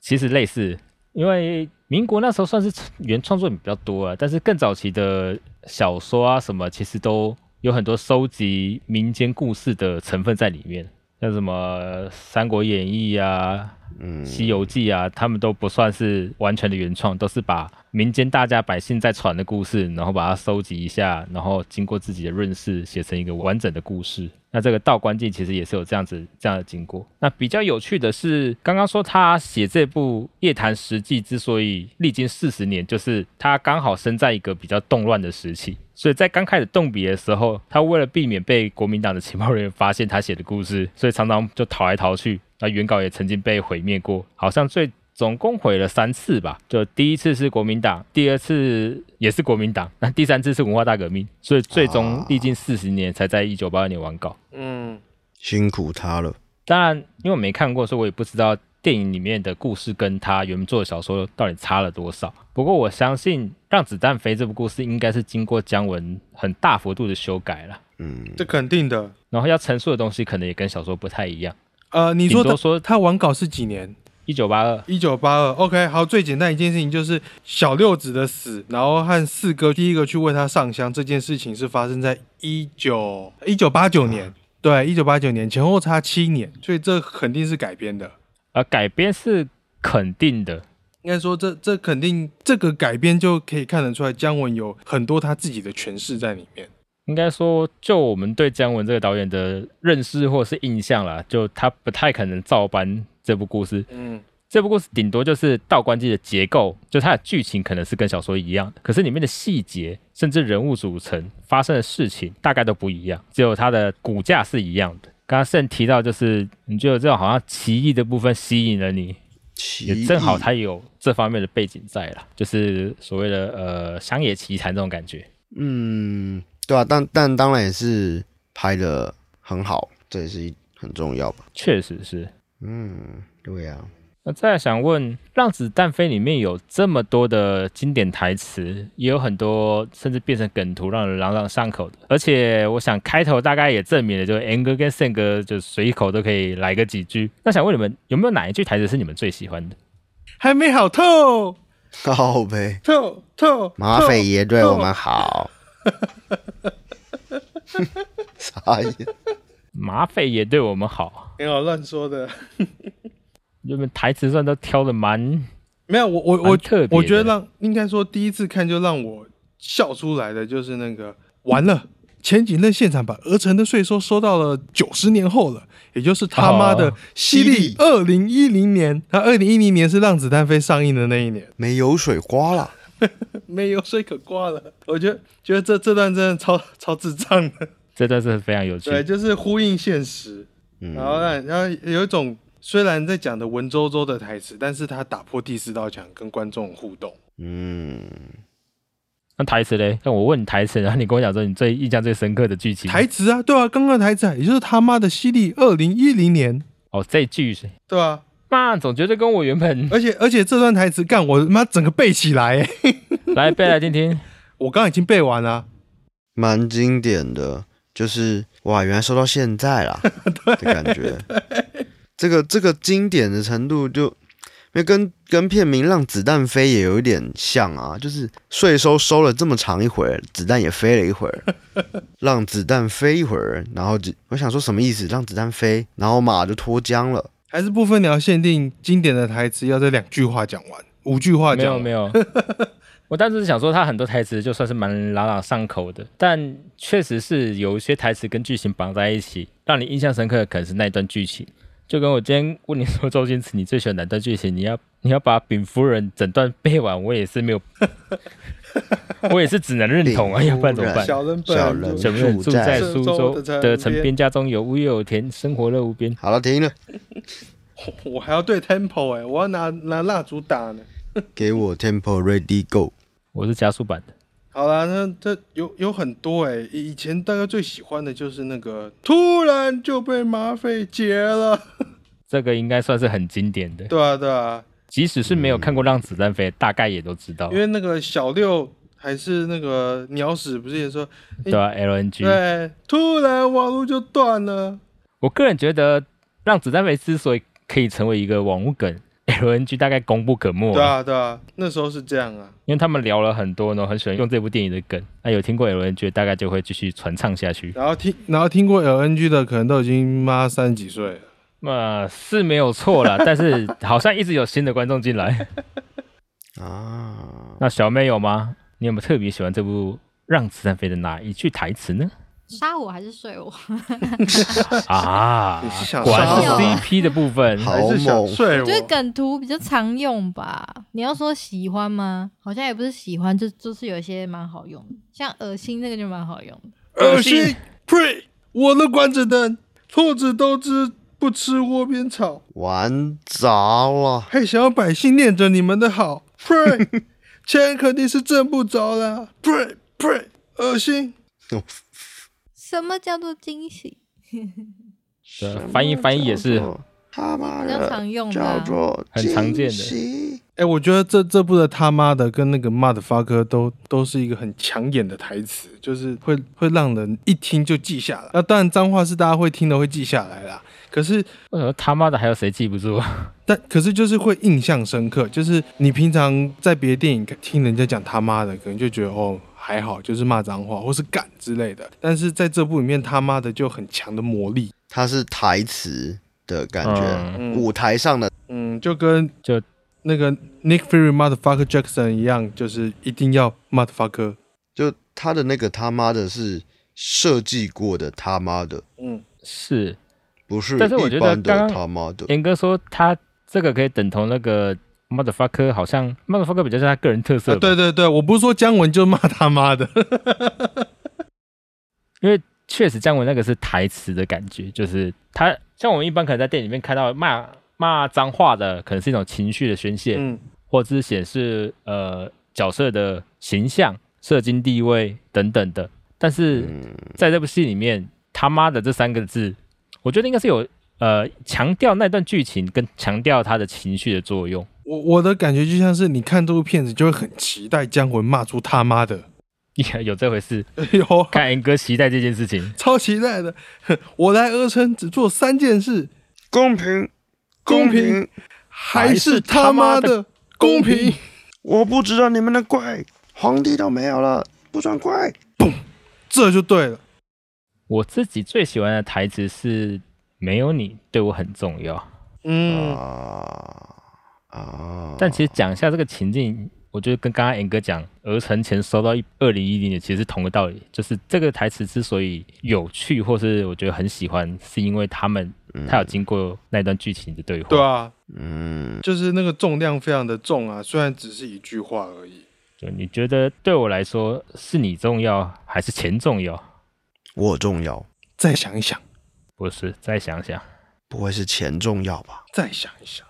[SPEAKER 2] 其实类似，因为民国那时候算是原创作品比较多啊，但是更早期的小说啊什么，其实都有很多收集民间故事的成分在里面，像什么《三国演义》啊，
[SPEAKER 5] 嗯
[SPEAKER 2] 《西游记》啊，他们都不算是完全的原创，都是把民间大家百姓在传的故事，然后把它收集一下，然后经过自己的润饰，写成一个完整的故事。那这个道观记其实也是有这样子这样的经过。那比较有趣的是，刚刚说他写这部《夜谈实记》之所以历经四十年，就是他刚好生在一个比较动乱的时期，所以在刚开始动笔的时候，他为了避免被国民党的情报人员发现他写的故事，所以常常就逃来逃去。那原稿也曾经被毁灭过，好像最总共毁了三次吧。就第一次是国民党，第二次也是国民党，那第三次是文化大革命，所以最终
[SPEAKER 5] 啊
[SPEAKER 2] 历经四十年才在一九八二年完稿。
[SPEAKER 1] 嗯，
[SPEAKER 5] 辛苦他了。
[SPEAKER 2] 当然，因为我没看过，所以我也不知道电影里面的故事跟他原作的小说到底差了多少。不过我相信《让子弹飞》这部故事应该是经过姜文很大幅度的修改了，
[SPEAKER 5] 嗯，
[SPEAKER 1] 这肯定的。
[SPEAKER 2] 然后要陈述的东西可能也跟小说不太一样。
[SPEAKER 1] 呃，你
[SPEAKER 2] 你
[SPEAKER 1] 说
[SPEAKER 2] 都
[SPEAKER 1] 他
[SPEAKER 2] 说
[SPEAKER 1] 他完稿是几年？
[SPEAKER 2] 一九八二，
[SPEAKER 1] 一九八二，OK，好，最简单一件事情就是小六子的死，然后和四哥第一个去为他上香这件事情是发生在一九一九八九年，对，一九八九年前后差七年，所以这肯定是改编的。
[SPEAKER 2] 而呃改编是肯定的，
[SPEAKER 1] 应该说这这肯定这个改编就可以看得出来，姜文有很多他自己的诠释在里面。
[SPEAKER 2] 应该说，就我们对姜文这个导演的认识或是印象啦，就他不太可能照搬这部故事。
[SPEAKER 1] 嗯，
[SPEAKER 2] 这部故事顶多就是道观记的结构，就它的剧情可能是跟小说一样，可是里面的细节，甚至人物组成发生的事情，大概都不一样，只有它的骨架是一样的。刚刚圣提到，就是你觉得这种好像奇异的部分吸引了你，也
[SPEAKER 5] 奇
[SPEAKER 2] 正好
[SPEAKER 5] 异
[SPEAKER 2] 它有这方面的背景在啦，就是所谓的呃乡野奇谈这种感觉。
[SPEAKER 5] 嗯，对啊，但但当然也是拍的很好，这也是一很重要吧。
[SPEAKER 2] 确实是。
[SPEAKER 5] 嗯，对啊，
[SPEAKER 2] 那再来想问，《让子弹飞》里面有这么多的经典台词，也有很多甚至变成梗图，让人朗朗上口的。而且，我想开头大概也证明了，就是 N 哥跟胜哥就随口都可以来个几句。那想问你们，有没有哪一句台词是你们最喜欢的？
[SPEAKER 1] 还没好透
[SPEAKER 5] 好呗，
[SPEAKER 1] 透透，
[SPEAKER 5] 马
[SPEAKER 1] 透
[SPEAKER 5] 匪爷对我们好。嗯傻眼，
[SPEAKER 2] 马匪也对我们好，
[SPEAKER 1] 没有乱说的。
[SPEAKER 2] 你们台词算都挑的蛮
[SPEAKER 1] 没有，我我
[SPEAKER 2] 蛮
[SPEAKER 1] 我
[SPEAKER 2] 特别的
[SPEAKER 1] 我觉得让应该说第一次看就让我笑出来的就是那个完了，前几任现场把鹅城的税收收到了九十年后了，也就是他妈的
[SPEAKER 2] 哦
[SPEAKER 1] 西历二零一零年。他二零一零年是《让子弹飞》上映的那一年，
[SPEAKER 5] 没油水花了。
[SPEAKER 1] 没有税可刮了。我觉得觉得这这段真的超超智障的，
[SPEAKER 2] 这段是非常有趣。
[SPEAKER 1] 对， 就是嗯呼应现实，然后让然后有一种虽然在讲的文绉绉的台词，但是他打破第四道墙跟观众互动。
[SPEAKER 5] 嗯，
[SPEAKER 2] 那台词嘞？那我问你台词，然后你跟我讲说你最印象最深刻的剧情。
[SPEAKER 1] 台词啊，对啊，刚刚的台词、啊，也就是他妈的犀利二零一零年，
[SPEAKER 2] 哦，这句是
[SPEAKER 1] 对啊，
[SPEAKER 2] 妈，总觉得跟我原本
[SPEAKER 1] 而且而且这段台词干我妈整个背起来、 欸，
[SPEAKER 2] 来背来听听。
[SPEAKER 1] 我刚刚已经背完了，
[SPEAKER 5] 蛮经典的，就是哇，原来收到现在啦的感觉。这个这个经典的程度就，因为跟跟片名《让子弹飞》也有一点像啊，就是税收收了这么长一会儿，子弹也飞了一会儿，让子弹飞一会儿，然后只我想说什么意思？让子弹飞，然后马就脱缰了。
[SPEAKER 1] 还是部分鸟限定经典的台词要在两句话讲完，五句话
[SPEAKER 2] 没
[SPEAKER 1] 讲
[SPEAKER 2] 有
[SPEAKER 1] 完
[SPEAKER 2] 没有， 我当时想说他很多台词就算是蛮朗朗上口的，但确实是有一些台词跟剧情绑在一起，让你印象深刻的可能是那一段剧情。就跟我今天问你说周星驰你最喜欢哪段剧情，你要 你要把禀夫人整段背完，我也是没有，我也是只能认同啊，
[SPEAKER 5] 禀夫人
[SPEAKER 2] 要不然怎么办？
[SPEAKER 1] 小人本
[SPEAKER 5] 小人
[SPEAKER 2] 小人住在
[SPEAKER 1] 在
[SPEAKER 5] 住
[SPEAKER 2] 苏
[SPEAKER 1] 苏
[SPEAKER 2] 州
[SPEAKER 1] 州的
[SPEAKER 2] 的
[SPEAKER 1] 城
[SPEAKER 2] 城
[SPEAKER 1] 边
[SPEAKER 2] 边，家中有屋又有田，生活乐无边。
[SPEAKER 5] 好了，停了，
[SPEAKER 1] 我还要对 tempo 哎、我要拿拿蜡烛打呢。
[SPEAKER 5] 给我 Tempo Ready Go。
[SPEAKER 2] 我是加速版的，
[SPEAKER 1] 好啦，那这有有很多哎、以以前大概最喜欢的就是那个突然就被马匪劫了，
[SPEAKER 2] 这个应该算是很经典的。
[SPEAKER 1] 对啊对啊，
[SPEAKER 2] 即使是没有看过《让子弹飞》，大概也都知道
[SPEAKER 1] 因，为那个小六还是那个鸟屎，不是也说
[SPEAKER 2] 对啊，LNG。
[SPEAKER 1] 对，突然网络就断了。
[SPEAKER 2] 我个人觉得，《让子弹飞》之所以可以成为一个网络梗，LNG 大概功不可没。
[SPEAKER 1] 对，啊，对啊，那时候是这样啊。
[SPEAKER 2] 因为他们聊了很多呢，很喜欢用这部电影的梗。那有听过 LNG，的大概就会继续传唱下去。
[SPEAKER 1] 然后听，然后听过 LNG 的，可能都已经妈三十几岁了。
[SPEAKER 2] 呃，是没有 错啦，但是好像一直有新的观众进来。
[SPEAKER 5] 啊，
[SPEAKER 2] 那小妹有吗？你有没有特别喜欢这部《让子弹飞》的哪一句台词 呢？
[SPEAKER 3] 杀我还是睡我？
[SPEAKER 1] 哎
[SPEAKER 2] 啊
[SPEAKER 1] 你是，想
[SPEAKER 2] 果然是
[SPEAKER 3] 杀我
[SPEAKER 2] CP 的部分。
[SPEAKER 5] 好
[SPEAKER 1] 还是想
[SPEAKER 5] 猛
[SPEAKER 1] 睡
[SPEAKER 3] 我
[SPEAKER 1] 我
[SPEAKER 3] 觉得梗图比较常用吧。你要说喜欢吗？好像也不是喜欢，就就是有一些蛮好用的，像恶心那个就蛮好用的。
[SPEAKER 1] 恶心呸！我的关子灯，兔子都知不吃窝边草，
[SPEAKER 5] 完砸了！
[SPEAKER 1] 还想要百姓念着你们的好呸！钱肯定是挣不着啦呸呸！恶心！
[SPEAKER 3] 什么叫做惊喜？
[SPEAKER 2] 对啊翻译翻译也是
[SPEAKER 5] 什么叫做他妈
[SPEAKER 3] 比较常
[SPEAKER 5] 的
[SPEAKER 3] 用的、
[SPEAKER 1] 呃
[SPEAKER 5] 叫
[SPEAKER 3] 啊。
[SPEAKER 5] 做
[SPEAKER 2] 很常见
[SPEAKER 5] 惊
[SPEAKER 2] 的
[SPEAKER 5] 喜
[SPEAKER 1] 哎、我觉得这这部的他妈的跟那个 motherfucker 都都是一个很抢眼的台词，就是会会让人一听就记下来。那当然脏话是大家会听的会记下来啦，可是
[SPEAKER 2] 为什么他妈的还有谁记不住啊？
[SPEAKER 1] 但可是就是会印象深刻，就是你平常在别的电影听人家讲他妈的，可能就觉得哦还好，就是骂脏话或是干之类的，但是在这部里面他妈的就很强的魔力，
[SPEAKER 5] 它是台词的感觉，
[SPEAKER 2] 嗯
[SPEAKER 1] 嗯
[SPEAKER 5] 舞台上的
[SPEAKER 1] 嗯，就跟
[SPEAKER 2] 就
[SPEAKER 1] 那个 Nick Fury motherfucker Jackson 一样，就是一定要 motherfucker，
[SPEAKER 5] 就他的那个他妈的是设计过的他妈的，
[SPEAKER 1] 嗯，
[SPEAKER 2] 是
[SPEAKER 5] 不是
[SPEAKER 2] 但是我觉
[SPEAKER 5] 一
[SPEAKER 2] 得
[SPEAKER 5] 般
[SPEAKER 2] 刚
[SPEAKER 5] 的
[SPEAKER 2] 刚
[SPEAKER 5] 他妈的。
[SPEAKER 2] 严格说，他这个可以等同那个 motherfucker，好像 motherfucker 比较是他个人特色
[SPEAKER 1] 啊
[SPEAKER 2] 吧、
[SPEAKER 1] 对对对，我不是说姜文就骂他妈 的，
[SPEAKER 2] 确实，姜文那个是台词的感觉，就是他像我们一般可能在电影里面看到骂骂脏话的，可能是一种情绪的宣泄，
[SPEAKER 1] 嗯，
[SPEAKER 2] 或者是显示呃角色的形象、社经地位等等的。但是
[SPEAKER 5] 嗯，
[SPEAKER 2] 在这部戏里面，他妈的这三个字，我觉得应该是有呃强调那段剧情跟强调他的情绪的作用。
[SPEAKER 1] 我我的感觉就像是你看这部片子就会很期待姜文骂出他妈的，
[SPEAKER 2] 有这回事，
[SPEAKER 1] 有啊
[SPEAKER 2] 看恩哥期待这件事情。
[SPEAKER 1] 超期待的。 我来鹅城只做三件事：
[SPEAKER 5] 公平，
[SPEAKER 1] 公平，还是他妈的公平。
[SPEAKER 5] 我不知道你们的怪，皇帝都没有了，不算怪。
[SPEAKER 1] 这就对了。
[SPEAKER 2] 我自己最喜欢的台词是“没有你对我很重要”，
[SPEAKER 1] 嗯，
[SPEAKER 5] 啊啊！
[SPEAKER 2] 但其实讲一下这个情境，我觉得跟刚刚 N 哥讲“鹅城前收到一二零一零年”其实是同个道理，就是这个台词之所以有趣，或是我觉得很喜欢，是因为他们他有经过那段剧情的对话。
[SPEAKER 1] 对啊，
[SPEAKER 5] 嗯，
[SPEAKER 1] 就是那个重量非常的重啊，虽然只是一句话而已。
[SPEAKER 2] 就你觉得对我来说，是你重要还是钱重要？
[SPEAKER 5] 我重要，
[SPEAKER 1] 再想一想，
[SPEAKER 2] 不是，再想想，
[SPEAKER 5] 不会是钱重要吧？
[SPEAKER 1] 再想一想，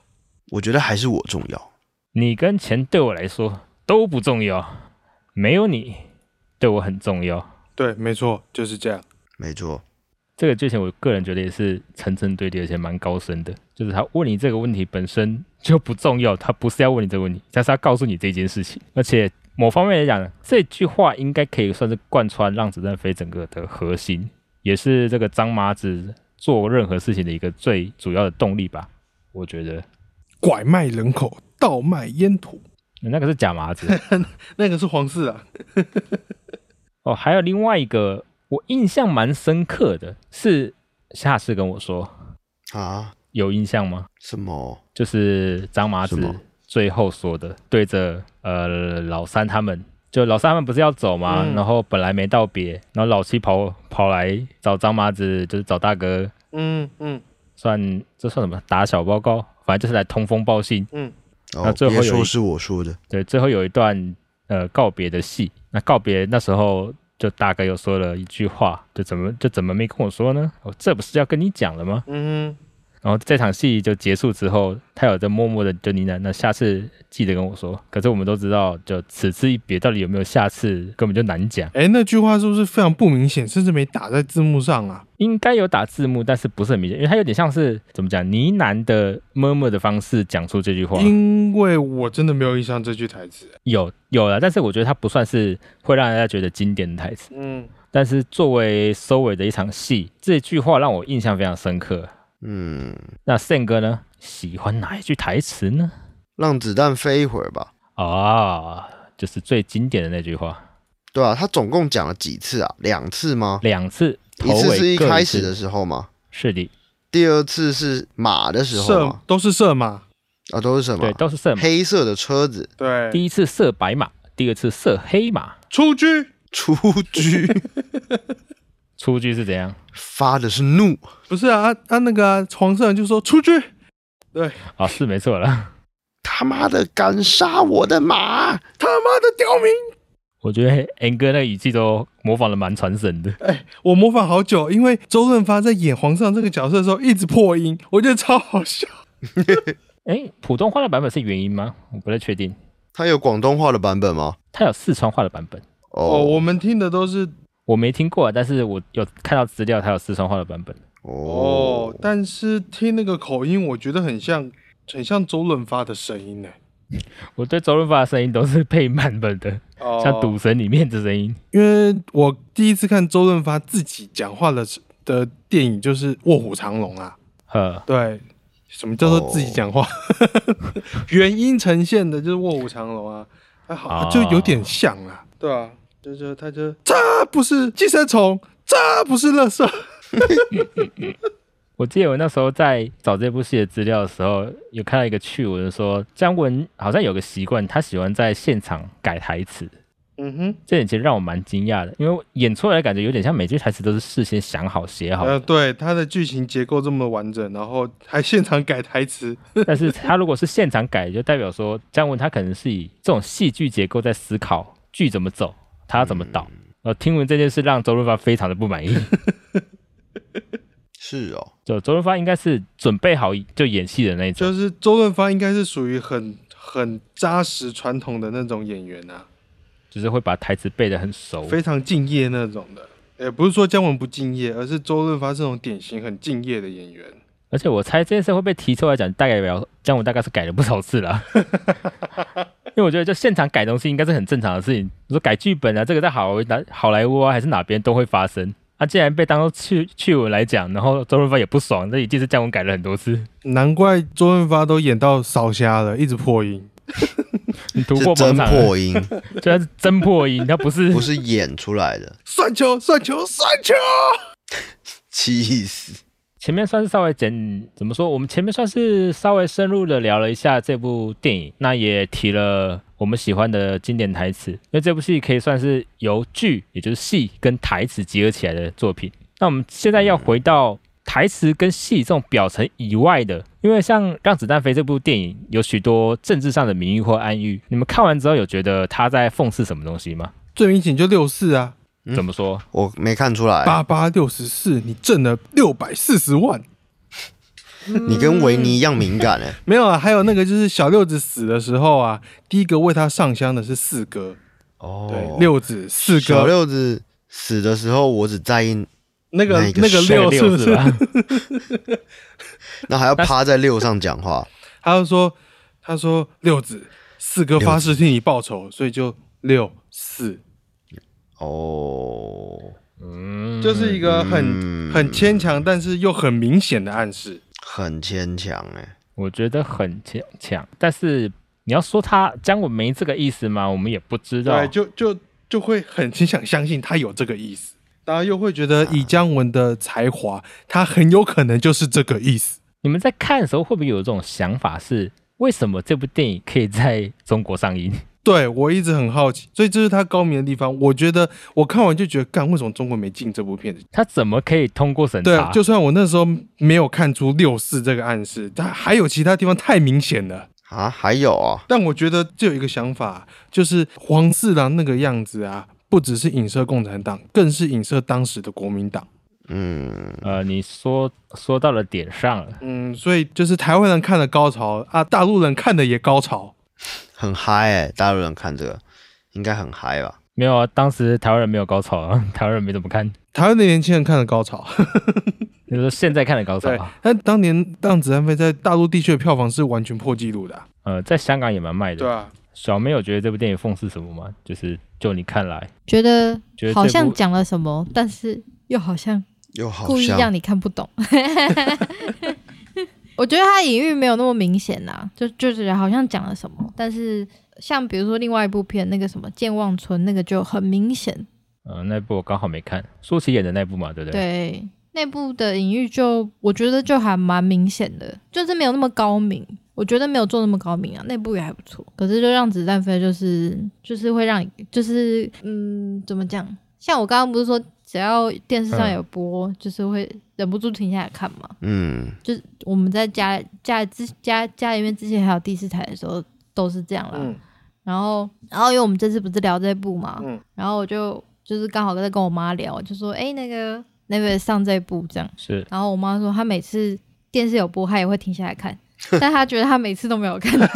[SPEAKER 5] 我觉得还是我重要。
[SPEAKER 2] 你跟钱对我来说都不重要，没有你对我很重要。
[SPEAKER 1] 对，没错，就是这样。
[SPEAKER 5] 没错，
[SPEAKER 2] 这个剧情我个人觉得也是层层堆叠，而且蛮高深的。就是他问你这个问题本身就不重要，他不是要问你这个问题，但是他告诉你这件事情。而且某方面来讲，这句话应该可以算是贯穿《让子弹飞》整个的核心，也是这个张麻子做任何事情的一个最主要的动力吧。我觉得
[SPEAKER 1] 拐卖人口，倒卖烟土，
[SPEAKER 2] 那个是假 麻子
[SPEAKER 1] 那个是黄四啊。
[SPEAKER 2] 哦，还有另外一个我印象蛮深刻的是夏士跟我说，
[SPEAKER 5] 啊？
[SPEAKER 2] 有印象吗？
[SPEAKER 5] 什么？
[SPEAKER 2] 就是张麻
[SPEAKER 5] 什
[SPEAKER 2] 子
[SPEAKER 5] 么
[SPEAKER 2] 最后说的，对着呃老三他们，就老三他们不是要走吗？
[SPEAKER 1] 嗯
[SPEAKER 2] 然后本来没道别，然后老七跑跑来找张麻子，就是找大哥，
[SPEAKER 1] 嗯嗯，
[SPEAKER 2] 算这算什么打小报告，反正就是来通风报信。
[SPEAKER 5] 哦
[SPEAKER 2] 那，最后
[SPEAKER 5] 别
[SPEAKER 2] 有
[SPEAKER 5] 说
[SPEAKER 2] 一
[SPEAKER 5] 是我说的，
[SPEAKER 2] 对，最后有一段呃告别的戏，那告别那时候。就大哥又说了一句话，就怎么就怎么没跟我说呢？我、这不是要跟你讲了吗？
[SPEAKER 1] 嗯
[SPEAKER 2] 然后这场戏就结束之后，他有在默默的就呢喃，那下次记得跟我说。可是我们都知道，就此次一别，到底有没有下次，根本就难讲。
[SPEAKER 1] 哎，那句话是不是非常不明显，甚至没打在字幕上啊？
[SPEAKER 2] 应该有打字幕，但是不是很明显，因为他有点像是怎么讲呢喃的么么的方式讲出这句话。
[SPEAKER 1] 因为我真的没有印象这句台词。
[SPEAKER 2] 有有了，但是我觉得它不算是会让人家觉得经典的台词。
[SPEAKER 1] 嗯，
[SPEAKER 2] 但是作为收尾的一场戏，这句话让我印象非常深刻。
[SPEAKER 5] 嗯，
[SPEAKER 2] 那 Sen 哥呢，喜欢哪一句台词呢？
[SPEAKER 5] 让子弹飞一会儿吧。
[SPEAKER 2] 啊、就是最经典的那句话。
[SPEAKER 5] 对啊，他总共讲了几次啊？两次吗？
[SPEAKER 2] 两次，
[SPEAKER 5] 一
[SPEAKER 2] 头
[SPEAKER 5] 次
[SPEAKER 2] 尾
[SPEAKER 5] 是一
[SPEAKER 2] 各
[SPEAKER 5] 开
[SPEAKER 2] 次
[SPEAKER 5] 始的时候吗？
[SPEAKER 2] 是的，
[SPEAKER 5] 第二次是马的时候
[SPEAKER 1] 射
[SPEAKER 5] 嘛，
[SPEAKER 1] 都是射马，
[SPEAKER 5] 啊，都是什么
[SPEAKER 2] 对，？都是色马。
[SPEAKER 5] 黑色的车子
[SPEAKER 1] 对，
[SPEAKER 2] 第一次色白马，第二次色黑马。
[SPEAKER 1] 出车
[SPEAKER 5] 出局，
[SPEAKER 2] 出句是怎样？
[SPEAKER 5] 发的是怒。
[SPEAKER 1] 不是啊啊啊那个啊黄色人就说出去，
[SPEAKER 2] 哦，是没错了。
[SPEAKER 5] 他妈的敢杀我的马！
[SPEAKER 1] 他妈的刁民！
[SPEAKER 2] 我觉得 N 哥那个语气都模仿的蛮传神的。
[SPEAKER 1] 哎我模仿好久，因为周润发在演皇上这个角色的时候一直破音，我觉得超好笑。
[SPEAKER 2] 哎，普通话的版本是元音吗？我不太确定。
[SPEAKER 5] 他有广东话的版本吗？
[SPEAKER 2] 它有四川话的版本，
[SPEAKER 1] 哦，我
[SPEAKER 5] 哦
[SPEAKER 1] 们听的都是
[SPEAKER 2] 我没听过啊，但是我有看到资料，它有四川话的版本。
[SPEAKER 1] 哦，但是听那个口音，我觉得很像，很像周润发的声音呢。
[SPEAKER 2] 我对周润发的声音都是配版本的，
[SPEAKER 1] 哦
[SPEAKER 2] 像《赌神》里面的声音。
[SPEAKER 1] 因为我第一次看周润发自己讲话的时的电影就是《卧虎藏龙》啊。
[SPEAKER 2] 呵，
[SPEAKER 1] 对，什么叫做自己讲话？ 原因呈现的就是《卧虎藏龙》啊，还好、
[SPEAKER 2] 啊
[SPEAKER 1] 就有点像啊。对啊，就是他就这不是寄生虫，这不是垃圾。
[SPEAKER 2] 我记得我那时候在找这部戏的资料的时候，有看到一个趣闻说，姜文好像有个习惯，他喜欢在现场改台词。
[SPEAKER 1] 嗯哼，
[SPEAKER 2] 这点其实让我蛮惊讶的，因为演出来的感觉有点像每句台词都是事先想好写好的
[SPEAKER 1] 呃，对，他的剧情结构这么完整，然后还现场改台词，
[SPEAKER 2] 但是他如果是现场改，就代表说姜文他可能是以这种戏剧结构在思考剧怎么走，他要怎么
[SPEAKER 5] 嗯
[SPEAKER 2] 导。呃，听闻这件事让周润发非常的不满意，
[SPEAKER 5] 是哦，
[SPEAKER 2] 就周润发应该是准备好就演戏的那一种
[SPEAKER 1] 就，是周润发应该是属于很很扎实传统的那种演员啊，
[SPEAKER 2] 就是会把台词背得很熟。
[SPEAKER 1] 非常敬业那种的。也不是说姜文不敬业，而是周润发是那种典型很敬业的演员。
[SPEAKER 2] 而且我猜这件事会被提出来讲，大概表姜文大概是改了不少次了。因为我觉得就现场改东西应该是很正常的事情，你说改剧本啊，这个在好哪好莱坞啊还是哪边都会发生。啊，既然被当做趣趣闻来讲，然后周润发也不爽，这一定是姜文改了很多次。
[SPEAKER 1] 难怪周润发都演到烧瞎了，一直破音。
[SPEAKER 2] 你突
[SPEAKER 5] 是
[SPEAKER 2] 破
[SPEAKER 5] 真
[SPEAKER 2] 盲场了，
[SPEAKER 5] 破音，
[SPEAKER 2] 对，它是真破音，它不是
[SPEAKER 5] 不是演出来的，
[SPEAKER 1] 算球，算球，算球！
[SPEAKER 5] 气死！
[SPEAKER 2] 前面算是稍微简怎么说？我们前面算是稍微深入的聊了一下这部电影，那也提了我们喜欢的经典台词，因为这部戏可以算是由剧，也就是戏跟台词结合起来的作品。那我们现在要回到台词跟戏这种表层以外的，因为像《让子弹飞》这部电影有许多政治上的名誉或暗喻，你们看完之后有觉得他在讽刺什么东西吗？
[SPEAKER 1] 最明显就六四啊，
[SPEAKER 5] 嗯
[SPEAKER 2] 怎么说？
[SPEAKER 5] 我没看出来，
[SPEAKER 1] 八八六十四，你挣了六百四十万。
[SPEAKER 5] 你跟维尼一样敏感哎、
[SPEAKER 1] 没有啊，还有那个就是小六子死的时候啊，第一个为他上香的是四哥，
[SPEAKER 5] 哦
[SPEAKER 1] 对，，六子四
[SPEAKER 5] 小
[SPEAKER 1] 哥，
[SPEAKER 5] 六子死的时候，我只在意
[SPEAKER 1] 那个
[SPEAKER 5] 那个
[SPEAKER 1] 那个
[SPEAKER 5] 是
[SPEAKER 1] 六是啊不
[SPEAKER 2] 是
[SPEAKER 5] 啊
[SPEAKER 1] 是？
[SPEAKER 2] 吧？
[SPEAKER 5] 那还要趴在六上讲话，
[SPEAKER 1] 他就说，他说六子四哥发誓替你报仇，所以就六四，
[SPEAKER 5] 哦，
[SPEAKER 2] 嗯
[SPEAKER 1] 就是一个呃很
[SPEAKER 5] 嗯
[SPEAKER 1] 很牵强，但是又很明显的暗示。
[SPEAKER 5] 很牵强哎，
[SPEAKER 2] 我觉得很强强，但是你要说他姜文没这个意思吗？我们也不知道
[SPEAKER 1] 对，。就就就会很很想相信他有这个意思，当然又会觉得以姜文的才华，他很有可能就是这个意思。
[SPEAKER 2] 你们在看的时候会不会有这种想法是？为什么这部电影可以在中国上映？
[SPEAKER 1] 对我一直很好奇，所以这是他高明的地方。我觉得我看完就觉得，干为什么中国没进这部片子？
[SPEAKER 2] 它怎么可以通过审
[SPEAKER 1] 对啊
[SPEAKER 2] 查？，
[SPEAKER 1] 就算我那时候没有看出六四这个暗示，但还有其他地方太明显了。
[SPEAKER 5] 啊，还有啊，
[SPEAKER 1] 但我觉得就有一个想法，就是黄四郎那个样子啊，不只是影射共产党，更是影射当时的国民党。
[SPEAKER 5] 嗯，
[SPEAKER 2] 呃，你说说到了点上了，
[SPEAKER 1] 嗯，所以就是台湾人看的高潮啊，大陆人看的也高潮。
[SPEAKER 5] 很嗨哎、大陆人看这个应该很嗨吧？
[SPEAKER 2] 没有啊？当时台湾人没有高潮啊，台湾人没怎么看，
[SPEAKER 1] 台湾的年轻人看的高潮，
[SPEAKER 2] 你说现在看的高潮
[SPEAKER 1] 对
[SPEAKER 2] 啊？。
[SPEAKER 1] 但当年《让子弹飞》在大陆地区的票房是完全破纪录的啊、
[SPEAKER 2] 呃，在香港也蛮卖的。
[SPEAKER 1] 啊，
[SPEAKER 2] 小妹有觉得这部电影讽刺什么吗？就是就你看来，
[SPEAKER 3] 觉得
[SPEAKER 2] 觉得这
[SPEAKER 3] 好像
[SPEAKER 2] 部
[SPEAKER 3] 讲了什么，但是又好像
[SPEAKER 5] 又好
[SPEAKER 3] 故意
[SPEAKER 5] 像
[SPEAKER 3] 让你看不懂。我觉得他隐喻没有那么明显呐、就就是好像讲了什么，但是像比如说另外一部片那个什么《健忘村》，那个就很明显。
[SPEAKER 2] 呃，那部我刚好没看，舒淇演的那部嘛，对不对？
[SPEAKER 3] 对，那部的隐喻就我觉得就还蛮明显的，就是没有那么高明。我觉得没有做那么高明啊，那部也还不错。可是就让子弹飞，就是就是会让你，就是嗯，怎么讲？像我刚刚不是说，只要电视上
[SPEAKER 2] 嗯
[SPEAKER 3] 有播，就是会忍不住停下来看嘛。
[SPEAKER 5] 嗯，
[SPEAKER 3] 就是我们在家家之家家里面之前还有第四台的时候都是这样啦。
[SPEAKER 1] 嗯
[SPEAKER 3] 然后，然后因为我们这次不是聊这部嘛，
[SPEAKER 1] 嗯
[SPEAKER 3] 然后我就就是刚好在跟我妈聊，我就说哎、那个那个上这部这样，
[SPEAKER 2] 是
[SPEAKER 3] 然后我妈说她每次电视有播，她也会停下 来看，但她觉得她每次都没有看到，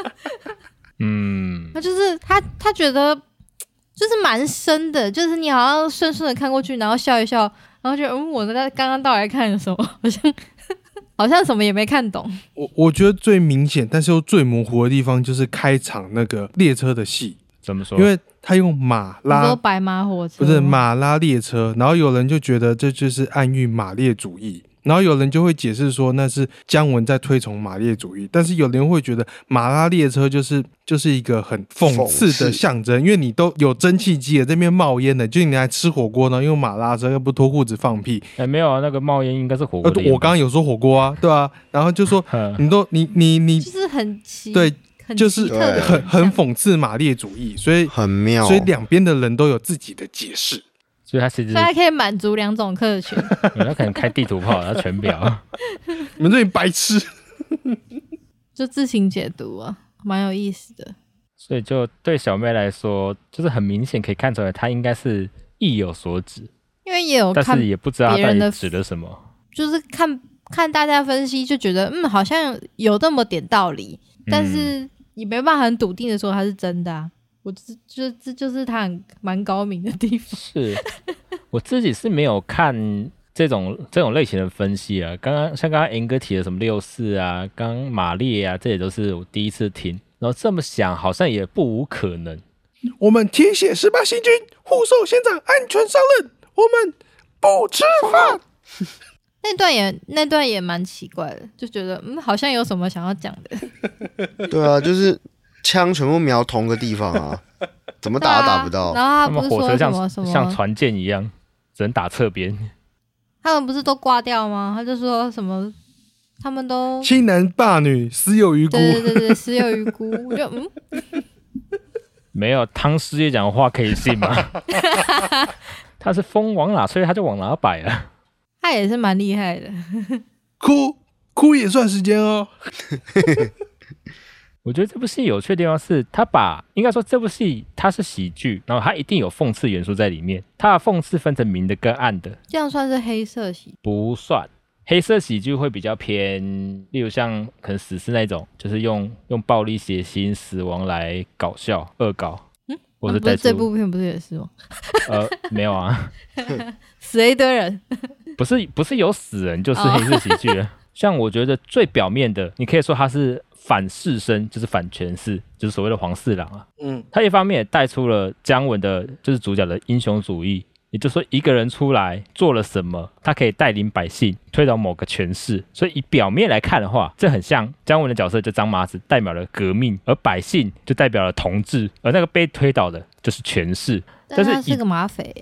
[SPEAKER 2] 嗯
[SPEAKER 3] 她就是她她觉得就是蛮深的，就是你好像顺顺的看过去，然后笑一笑，然后觉得嗯我在刚刚到底在看什么，好像 好像什么也没看懂，
[SPEAKER 1] 我我觉得最明显，但是又最模糊的地方就是开场那个列车的戏，
[SPEAKER 2] 怎么说？
[SPEAKER 1] 因为他用马
[SPEAKER 3] 你说
[SPEAKER 1] 拉
[SPEAKER 3] 白马火
[SPEAKER 1] 不
[SPEAKER 3] 车
[SPEAKER 1] 是马拉列车，然后有人就觉得这就是暗喻马列主义，然后有人就会解释说那是姜文在推崇马列主义，但是有人会觉得马拉列车就是就是一个很讽刺
[SPEAKER 5] 讽刺
[SPEAKER 1] 的象征，因为你都有蒸汽机了，这边冒烟的，就你来吃火锅呢，用马拉车又不脱裤子放屁，
[SPEAKER 2] 哎、没有啊，那个冒烟应该是火
[SPEAKER 1] 呃
[SPEAKER 2] 锅的、，嗯
[SPEAKER 1] 我 刚刚有说火锅啊，对啊，然后就说
[SPEAKER 2] 哼
[SPEAKER 1] 你都你你你
[SPEAKER 3] 就是很奇
[SPEAKER 1] 对，
[SPEAKER 3] 很
[SPEAKER 1] 就是
[SPEAKER 3] 奇特的
[SPEAKER 1] 很很
[SPEAKER 3] 印象
[SPEAKER 1] 讽刺马列主义，所以
[SPEAKER 5] 很妙。
[SPEAKER 1] 所以两边的人都有自己的解释。
[SPEAKER 2] 所以他其实
[SPEAKER 3] 所以它可以满足两种 客群。
[SPEAKER 2] 嗯他可能开地图炮，他全 表。
[SPEAKER 1] 你们这群白痴！
[SPEAKER 3] 就自行解读啊，蛮有意思的。
[SPEAKER 2] 所以就对小妹来说，就是很明显可以看出来，她应该是意有所指，
[SPEAKER 3] 因为也有
[SPEAKER 2] 但
[SPEAKER 3] 看
[SPEAKER 2] 是，也不知道
[SPEAKER 3] 别
[SPEAKER 2] 她到
[SPEAKER 3] 人
[SPEAKER 2] 底
[SPEAKER 3] 的
[SPEAKER 2] 指的什么。
[SPEAKER 3] 就是看看大家分析，就觉得嗯，好像有那么点道理，
[SPEAKER 2] 嗯
[SPEAKER 3] 但是你没办法很笃定的说它是真的、啊。我这这这就是他很蛮高明的地方。
[SPEAKER 2] 是 我自己是没有看这种这种类型的分析啊。刚刚像刚刚 N 哥提的什么六四啊，刚刚马列啊，这也都是我第一次听。然后这么想，好像也不无可能。
[SPEAKER 1] 我们铁血十八星军护送县长安全上任，我们不吃饭。
[SPEAKER 3] 那段也那段也蛮奇怪的，就觉得嗯，好像有什么想要讲的，
[SPEAKER 5] 对啊，就是枪全部瞄同个地方 啊，怎么打都打不
[SPEAKER 3] 对啊
[SPEAKER 5] 到。
[SPEAKER 3] 然后
[SPEAKER 2] 他
[SPEAKER 3] 他不
[SPEAKER 2] 们
[SPEAKER 3] 是
[SPEAKER 2] 火车
[SPEAKER 3] 说什
[SPEAKER 2] 像
[SPEAKER 3] 么什
[SPEAKER 2] 像
[SPEAKER 3] 么，
[SPEAKER 2] 船舰一样，只能打侧边。
[SPEAKER 3] 他们不是都挂掉吗？他就说什么，他们都
[SPEAKER 1] 青男霸女，死有余辜。
[SPEAKER 3] 对对对对，死有余 辜。我就嗯，
[SPEAKER 2] 没有汤师爷讲的话可以信 吗？他是风往哪吹，他就往哪摆啊。
[SPEAKER 3] 他也是蛮厉害的。
[SPEAKER 1] 哭哭也算时间哦。
[SPEAKER 2] 我觉得这部戏有趣的地方是，他把应该说这部戏它是喜剧，然后它一定有讽刺元素在里面。它的讽刺分成明的跟暗的，
[SPEAKER 3] 这样算是黑色喜剧
[SPEAKER 2] 不算。黑色喜剧会比较偏，例如像可能死侍那种，就是用用暴力、血腥、死亡来搞笑、恶搞。
[SPEAKER 3] 嗯，
[SPEAKER 2] 我
[SPEAKER 3] 啊
[SPEAKER 2] 是
[SPEAKER 3] 不
[SPEAKER 2] 在
[SPEAKER 3] 是这部片不是也是吗？
[SPEAKER 2] 呃没有啊。
[SPEAKER 3] 死了一堆人，
[SPEAKER 2] 不是不是有死人就是黑色喜剧了。像我觉得最表面的，你可以说它是反士绅，就是反权势，就是所谓的黄四郎啊。
[SPEAKER 1] 嗯，
[SPEAKER 2] 他一方面也带出了姜文的，就是主角的英雄主义，也就是说一个人出来做了什么，他可以带领百姓推倒某个权势。所以以表面来看的话，这很像姜文的角色，就张麻子代表了革命，而百姓就代表了同志，而那个被推倒的就是权势。但
[SPEAKER 3] 但
[SPEAKER 2] 是
[SPEAKER 3] 他
[SPEAKER 2] 以
[SPEAKER 3] 是个马匪，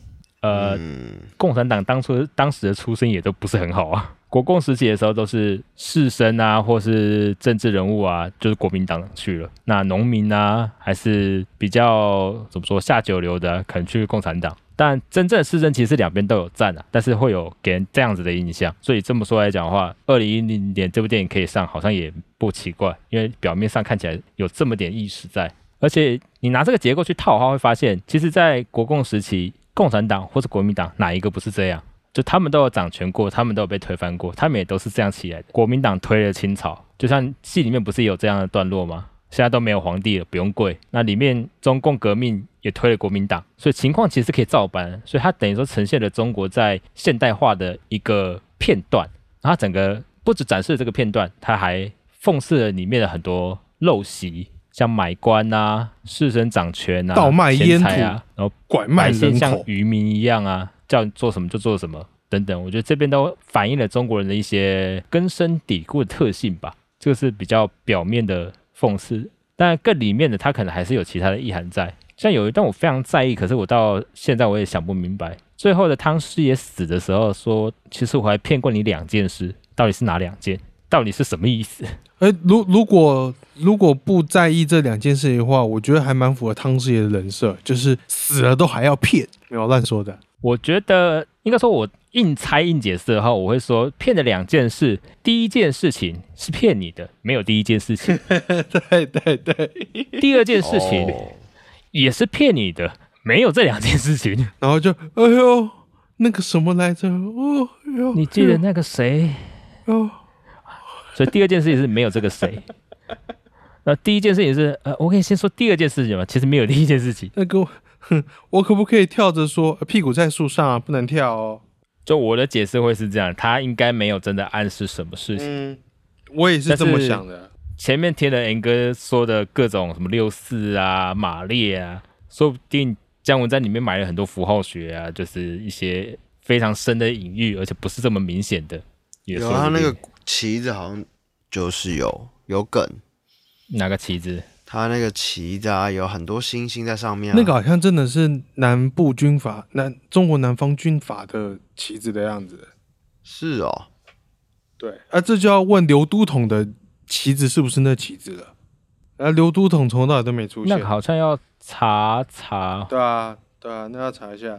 [SPEAKER 2] 呃，
[SPEAKER 5] 嗯，
[SPEAKER 2] 共产党当初当时的出身也都不是很好啊。 国共时期的时候都是士绅啊，或是政治人物啊，就是国民党去了。那农民啊，还是比较怎么说下九流的啊，可能去共产党。但真正的士绅其实是两边都有站啊，但是会有给人这样子的印象。所以这么说来讲的话，二零一零年这部电影可以上，好像也不奇怪，因为表面上看起来有这么点意识在。而且你拿这个结构去套的话，会发现，其实，在国共时期，共产党或是国民党哪一个不是这样？就他们都有掌权过，他们都有被推翻过，他们也都是这样起来的。国民党推了清朝，就像戏里面不是也有这样的段落吗？现在都没有皇帝了，不用跪。那里面中共革命也推了国民党，所以情况其实可以照搬。所以它等于说呈现了中国在现代化的一个片段。然后它整个不止展示了这个片段，它还讽刺了里面的很多陋习，像买官啊、士绅掌权啊、
[SPEAKER 1] 倒卖
[SPEAKER 2] 钱
[SPEAKER 1] 烟
[SPEAKER 2] 财
[SPEAKER 1] 土
[SPEAKER 2] 啊，然后
[SPEAKER 1] 拐卖
[SPEAKER 2] 百姓
[SPEAKER 1] 人
[SPEAKER 2] 像
[SPEAKER 1] 口，
[SPEAKER 2] 渔民一样啊，叫你做什么就做什么等等。我觉得这边都反映了中国人的一些根深蒂固的特性吧，这个是比较表面的讽刺，但更里面的它可能还是有其他的意涵在。像有一段我非常在意，可是我到现在我也想不明白，最后的汤师爷死的时候说，其实我还骗过你两件事，到底是哪两件？到底是什么意思？
[SPEAKER 1] 哎，如如果如果不在意这两件事情的话，我觉得还蛮符合汤师爷的人设，就是死了都还要骗，没有乱说的。
[SPEAKER 2] 我觉得应该说，我硬猜硬解释的话，我会说骗的两件事，第一件事情是骗你的，没有第一件事 情；
[SPEAKER 1] 对对对，
[SPEAKER 2] 第二件事情
[SPEAKER 5] 哦
[SPEAKER 2] 也是骗你的，没有这两件事情。
[SPEAKER 1] 然后就哎呦，那个什么来着？哦哟，
[SPEAKER 2] 你记得那个谁？
[SPEAKER 1] 哦，
[SPEAKER 2] 所以第二件事情是没有这个谁。那第一件事情是，呃，我可以先说第二件事情吧。其实没有第一件事情，
[SPEAKER 1] 那个我哼，我可不可以跳着说呃屁股在树上啊，不能跳哦？
[SPEAKER 2] 就我的解释会是这样，他应该没有真的暗示什么事情。
[SPEAKER 1] 嗯，我也是这么
[SPEAKER 2] 但是
[SPEAKER 1] 想的。
[SPEAKER 2] 前面听了 N 哥说的各种什么六四啊、马列啊，说不定姜文在里面埋了很多符号学啊，就是一些非常深的隐喻，而且不是这么明显的。也
[SPEAKER 5] 有啊
[SPEAKER 2] 说不
[SPEAKER 1] 啊
[SPEAKER 5] 他那个
[SPEAKER 2] 定
[SPEAKER 5] 旗子好像就是有有梗，
[SPEAKER 2] 哪个旗子？
[SPEAKER 5] 他那个旗子啊有很多星星在上面、啊。
[SPEAKER 1] 那个好像真的是南部军阀南中国南方军阀的旗子的样子。
[SPEAKER 5] 是哦，
[SPEAKER 1] 对，啊，这就要问刘都统的旗子是不是那旗子了？啊，刘都统从头到尾都没出
[SPEAKER 2] 那
[SPEAKER 1] 现。
[SPEAKER 2] 个好像要查查。
[SPEAKER 1] 对啊，对啊，那要查一下。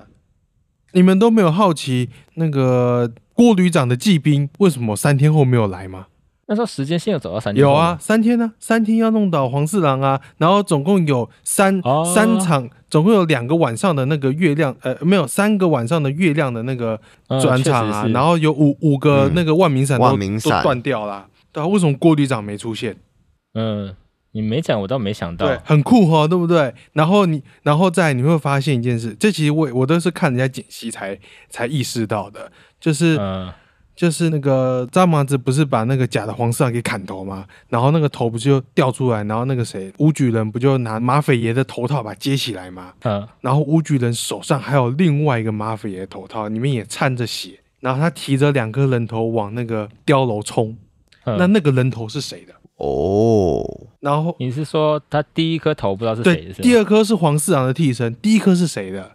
[SPEAKER 1] 你们都没有好奇那个郭旅长的骑兵为什么三天后没有来吗？
[SPEAKER 2] 那时候时间线有走到三点
[SPEAKER 1] 有
[SPEAKER 2] 后吗
[SPEAKER 1] 啊，，三天呢、三天要弄倒黄四郎啊，然后总共有三、
[SPEAKER 2] 哦
[SPEAKER 1] 三场，总共有两个晚上的那个月亮，呃，没有三个晚上的月亮的那个
[SPEAKER 2] 嗯
[SPEAKER 1] 转场
[SPEAKER 2] 确
[SPEAKER 1] 啊，
[SPEAKER 2] 实是
[SPEAKER 1] 然后有五五个
[SPEAKER 5] 嗯
[SPEAKER 1] 那个万民伞都、
[SPEAKER 5] 万民伞
[SPEAKER 1] 都断掉啦。对啊，为什么郭旅长没出现？
[SPEAKER 2] 嗯，你没讲，我倒没想到
[SPEAKER 1] 对，。很酷哈、对不对？然后你，然后再你会发现一件事，这其实我我都是看人家解析才才意识到的，就是、
[SPEAKER 2] 嗯，
[SPEAKER 1] 就是那个张麻子不是把那个假的黄四郎给砍头吗？然后那个头不就掉出来，然后那个谁吴举人不就拿马匪爷的头套把它接起来吗？
[SPEAKER 2] 嗯，
[SPEAKER 1] 然后吴举人手上还有另外一个马匪爷的头套，里面也掺着血，然后他提着两颗人头往那个碉楼冲，
[SPEAKER 2] 嗯
[SPEAKER 1] 那那个人头是谁的？
[SPEAKER 5] 哦，
[SPEAKER 1] 然后
[SPEAKER 2] 你是说他第一颗头不知道是谁
[SPEAKER 1] 对
[SPEAKER 2] 的？，
[SPEAKER 1] 第
[SPEAKER 2] 二
[SPEAKER 1] 二颗是黄四郎的替身，第一颗是谁的？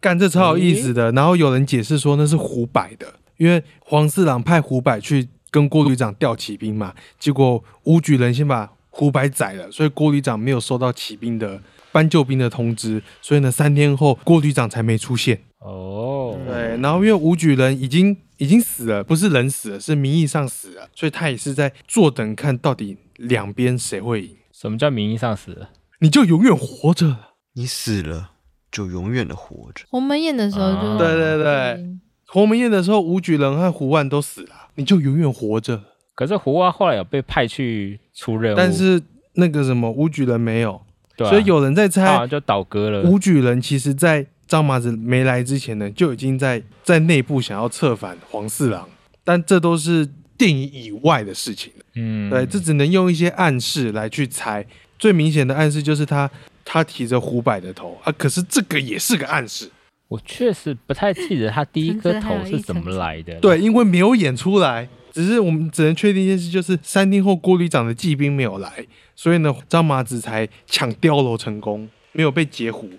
[SPEAKER 1] 干这超有意思的。然后有人解释说那是胡柏的，因为黄四郎派胡柏去跟郭旅长调骑兵嘛，结果吴举人先把胡柏宰了，所以郭旅长没有收到骑兵的搬救兵的通知，所以呢三天后郭旅长才没出现。
[SPEAKER 2] 哦，
[SPEAKER 1] 对，然后因为吴举人已经已经死了，不是人死了，是名义上死了，所以他也是在坐等看到底两边谁会赢，
[SPEAKER 2] 什么叫名义上死了？
[SPEAKER 1] 你就永远活着了。
[SPEAKER 5] 你死了就永远的活着。
[SPEAKER 3] 鸿门宴的时候就
[SPEAKER 2] 啊
[SPEAKER 1] 对对对。鸿门宴的时候，吴举人和胡万都死了，你就永远活着。
[SPEAKER 2] 可是胡蛙后来有被派去出任务，
[SPEAKER 1] 但是那个什么，吴举人没有，
[SPEAKER 2] 啊对啊
[SPEAKER 1] 所以有人在
[SPEAKER 2] 他好
[SPEAKER 1] 猜，
[SPEAKER 2] 像就倒戈了。
[SPEAKER 1] 吴举人其实在张麻子没来之前呢，就已经在在内部想要策反黄四郎，但这都是电影以外的事情了。
[SPEAKER 2] 嗯，
[SPEAKER 1] 对，这只能用一些暗示来去猜。最明显的暗示就是他他提着胡柏的头啊，可是这个也是个暗示，
[SPEAKER 2] 我确实不太记得他第一颗头是怎么来的。
[SPEAKER 1] 对，因为没有演出来，只是我们只能确定一件事，就是三天后郭旅长的骑兵没有来，所以呢，张麻子才抢碉楼成功，没有被截胡。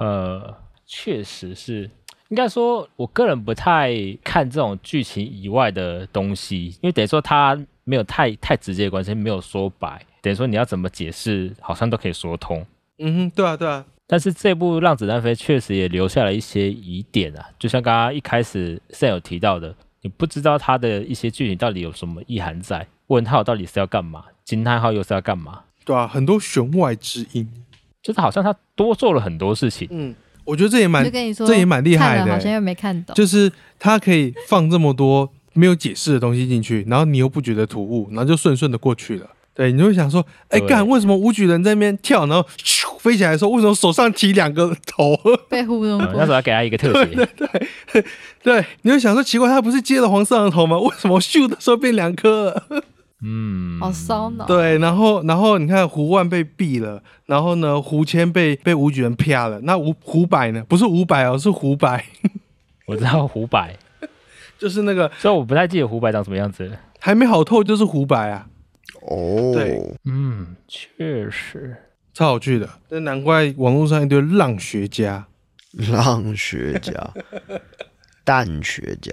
[SPEAKER 2] 呃，确实是。应该说，我个人不太看这种剧情以外的东西，因为等于说他没有太太直接的关系，没有说白，等于说你要怎么解释，好像都可以说通。
[SPEAKER 1] 嗯哼，对啊，对啊，
[SPEAKER 2] 但是这部《让子弹飞》确实也留下了一些疑点啊，就像刚刚一开始 Sam 有提到的，你不知道它的一些剧情到底有什么意涵在，问号到底是要干嘛，惊叹号又是要干嘛，
[SPEAKER 1] 对啊，很多弦外之音。
[SPEAKER 2] 就是好像他多做了很多事情。
[SPEAKER 1] 嗯，我觉得这也蛮
[SPEAKER 3] 就跟你说，
[SPEAKER 1] 这也蛮厉害
[SPEAKER 3] 看
[SPEAKER 1] 的、
[SPEAKER 3] 了好像又没看懂。
[SPEAKER 1] 就是他可以放这么多没有解释的东西进去，然后你又不觉得突兀，然后就顺顺的过去了。对，你就会想说，哎，
[SPEAKER 2] 对
[SPEAKER 1] 干，为什么吴举人在那边跳，然后咻飞起来的时候，为什么手上提两个头？
[SPEAKER 3] 被糊弄
[SPEAKER 2] 嗯那时候
[SPEAKER 3] 过，
[SPEAKER 2] 要给他一个特写，
[SPEAKER 1] 对，你就想说奇怪，他不是接了黄色的头吗？为什么咻的时候变两颗了？
[SPEAKER 2] 嗯，
[SPEAKER 3] 好哦烧脑。
[SPEAKER 1] 对，然后然后你看胡万被毙了，然后呢胡谦被被吴举人啪了，那吴胡柏呢？不是吴柏哦，是胡柏，
[SPEAKER 2] 我知道胡白，
[SPEAKER 1] 就是那个
[SPEAKER 2] 虽然我不太记得胡白长什么样子。
[SPEAKER 1] 还没好透，就是胡柏啊，
[SPEAKER 5] 哦，
[SPEAKER 1] 对
[SPEAKER 2] 嗯，确实，
[SPEAKER 1] 超有趣的。那难怪网络上一堆浪学家，
[SPEAKER 5] 浪学 家、蛋学家，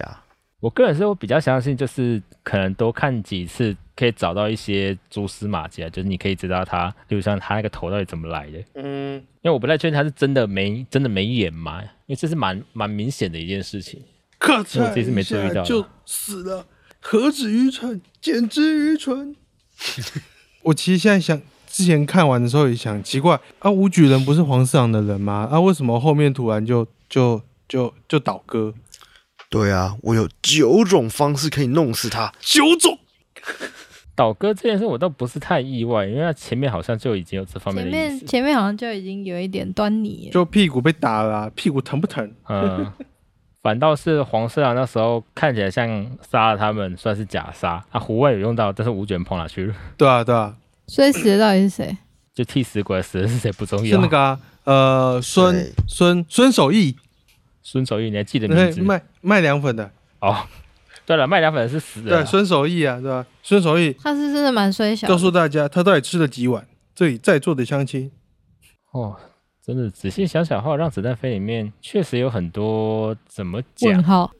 [SPEAKER 2] 我个人是会比较相信，就是可能多看几次，可以找到一些蛛丝马迹啊，就是你可以知道他，例如像他那个头到底怎么来的。
[SPEAKER 1] 嗯，
[SPEAKER 2] 因为我不太确定他是真的没真的没演嘛，因为这是蛮蛮明显的一件事情。
[SPEAKER 1] 咔
[SPEAKER 2] 我自己是没注意到的
[SPEAKER 1] 就死了，何止愚蠢，简直愚 蠢！我其实现在想，之前看完的时候也想，奇怪啊，武举人不是黄市长的人吗？啊，为什么后面突然就就就就倒戈？
[SPEAKER 5] 对啊，我有九种方式可以弄死他。
[SPEAKER 1] 九种，
[SPEAKER 2] 倒戈这件事我倒不是太意外，因为他前面好像就已经有这方面
[SPEAKER 3] 前
[SPEAKER 2] 的意
[SPEAKER 3] 面
[SPEAKER 2] 思。
[SPEAKER 3] 前面好像就已经有一点端倪了，
[SPEAKER 1] 就屁股被打了啊、屁股疼不疼？
[SPEAKER 2] 嗯， 反倒是黄四郎那时候看起来像杀了他们，算是假杀。啊，胡外有用到，但是吴卷跑哪去了？
[SPEAKER 1] 对啊，对啊，
[SPEAKER 3] 所以死的到底是谁？
[SPEAKER 2] 就替死鬼死的是谁不重
[SPEAKER 1] 是
[SPEAKER 2] 要。
[SPEAKER 1] 那个啊、呃，孙
[SPEAKER 5] 对
[SPEAKER 1] 孙孙守义，
[SPEAKER 2] 孙守义，你还记得名
[SPEAKER 1] 对，
[SPEAKER 2] 字？
[SPEAKER 1] 卖卖凉粉的，
[SPEAKER 2] 哦，对了，麦凉粉是死的
[SPEAKER 1] 对，
[SPEAKER 2] 啦，
[SPEAKER 1] 孙守义啊，对吧、孙守义
[SPEAKER 3] 他是真的蛮衰小的
[SPEAKER 1] 告诉大家他到底吃了几碗。这里在座的乡亲，
[SPEAKER 2] 哦，真的仔细想想后，《让子弹飞》里面确实有很多怎么
[SPEAKER 3] 问
[SPEAKER 2] 讲？
[SPEAKER 3] 号，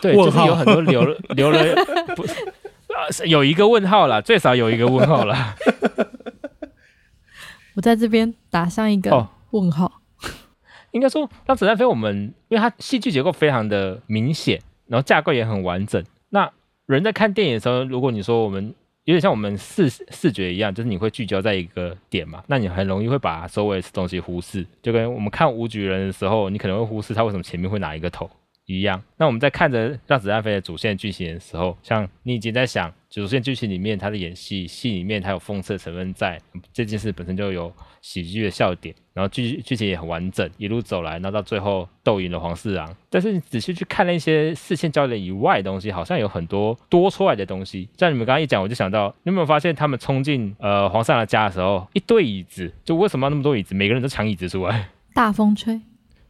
[SPEAKER 2] 对，
[SPEAKER 1] 问
[SPEAKER 2] 就是
[SPEAKER 1] 号
[SPEAKER 2] 有很多留了留了不是啊，是有一个问号啦，最少有一个问号啦。
[SPEAKER 3] 我在这边打上一个
[SPEAKER 2] 哦
[SPEAKER 3] 问号。
[SPEAKER 2] 应该说，《让子弹飞》我们因为它戏剧结构非常的明显，然后架构也很完整。那人在看电影的时候，如果你说我们有点像我们视视觉一样，就是你会聚焦在一个点嘛，那你很容易会把周围的东西忽视，就跟我们看五举人的时候，你可能会忽视他为什么前面会拿一个头一样。那我们在看着《让子弹飞》的主线剧情的时候，像你已经在想主线剧情里面他的演戏，戏里面他有讽刺的成分在，这件事本身就有喜剧的笑点，然后剧剧情也很完整，一路走来，然后到最后斗赢了黄四郎。但是你仔细去看那些视线焦点以外的东西，好像有很多多出来的东西。像你们刚刚一讲，我就想到，你有没有发现他们冲进呃黄四郎的家的时候，一堆椅子，就为什么要那么多椅子？每个人都抢椅子出来，
[SPEAKER 3] 大风吹，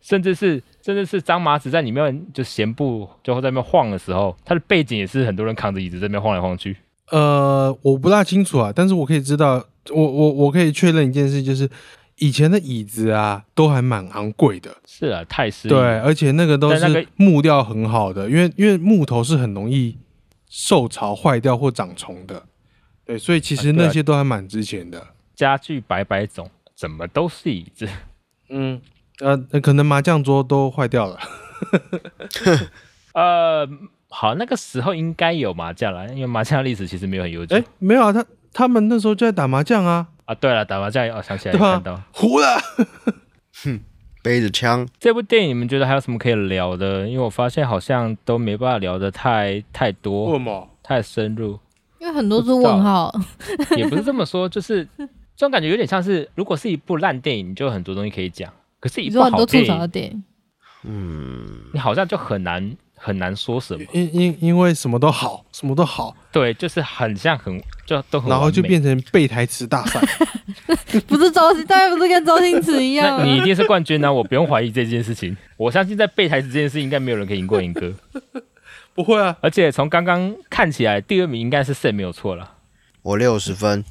[SPEAKER 2] 甚至是甚至是张麻子在里面就闲步，就在那边晃的时候，他的背景也是很多人扛着椅子在那边晃来晃去。
[SPEAKER 1] 呃，我不大清楚啊，但是我可以知道，我我我可以确认一件事，就是以前的椅子啊，都还蛮昂贵的，
[SPEAKER 2] 是啊，太失礼了
[SPEAKER 1] 对，而且那个都
[SPEAKER 2] 但那
[SPEAKER 1] 是
[SPEAKER 2] 个
[SPEAKER 1] 木料很好的，因为因为木头是很容易受潮、坏掉或长虫的，对，所以其实
[SPEAKER 2] 啊对啊
[SPEAKER 1] 那些都还蛮值钱的。
[SPEAKER 2] 家具百百种，怎么都是椅子。
[SPEAKER 1] 嗯，呃，可能麻将桌都坏掉了。
[SPEAKER 2] 呃，好，那个时候应该有麻将啦，因为麻将历史其实没有很悠久、
[SPEAKER 1] 哎， 没有啊，他他们那时候就在打麻将 啊，
[SPEAKER 2] 啊。对了，打麻将哦，想起来
[SPEAKER 1] 对啊
[SPEAKER 2] 有
[SPEAKER 1] 吧
[SPEAKER 2] 看到
[SPEAKER 1] 糊 了。
[SPEAKER 5] 背着枪，
[SPEAKER 2] 这部电影，你们觉得还有什么可以聊的？因为我发现好像都没办法聊的太太多、
[SPEAKER 1] 什么？
[SPEAKER 2] 太深入，
[SPEAKER 3] 因为很多是问号，
[SPEAKER 2] 也不是这么说，就是这种感觉有点像是，如果是一部烂电影，你就有很多东西可以讲；可是一
[SPEAKER 3] 你
[SPEAKER 2] 部
[SPEAKER 3] 说很
[SPEAKER 2] 好
[SPEAKER 3] 多吐
[SPEAKER 2] 电
[SPEAKER 3] 槽的
[SPEAKER 2] 影，
[SPEAKER 3] 点，
[SPEAKER 5] 嗯，
[SPEAKER 2] 你好像就很难很难说什么。
[SPEAKER 1] 因因因为什么都好，什么都好，
[SPEAKER 2] 对，就是很像很就都很
[SPEAKER 1] 然后
[SPEAKER 2] 哦完
[SPEAKER 1] 就
[SPEAKER 2] 美
[SPEAKER 1] 变成背台词大 赛。
[SPEAKER 3] 不是周星，当然不是跟周星驰一样
[SPEAKER 2] 那
[SPEAKER 3] 啊。
[SPEAKER 2] 你一定是冠军啊！我不用怀疑这件事情。我相信在背台词这件事，应该没有人可以赢过赢哥。
[SPEAKER 1] 不会啊，
[SPEAKER 2] 而且从刚刚看起来，第二名应该是 Sam 没有错了。
[SPEAKER 5] 我六十分，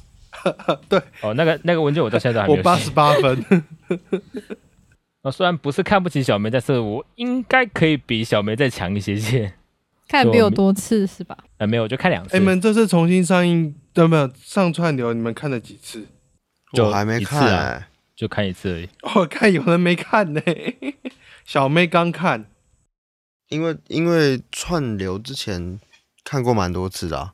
[SPEAKER 2] 哦，那个那个文件我到现在都还没
[SPEAKER 1] 我
[SPEAKER 2] 有
[SPEAKER 1] 八
[SPEAKER 2] 写
[SPEAKER 1] 十。八 分。
[SPEAKER 2] 哦，虽然不是看不起小梅，但是我应该可以比小梅再强一些些。
[SPEAKER 3] 看比我多次是吧？
[SPEAKER 2] 呃，没有，我就看两次。
[SPEAKER 1] 哎，你们这次重新上映，对没有上串流？你们看了几次？
[SPEAKER 2] 就
[SPEAKER 5] 我还没
[SPEAKER 2] 一次
[SPEAKER 5] 看、
[SPEAKER 2] 啊
[SPEAKER 5] 欸
[SPEAKER 2] 就看一次而已。
[SPEAKER 1] 我看有人没看呢、 小妹刚看，
[SPEAKER 5] 因为因为串流之前看过蛮多次的、啊，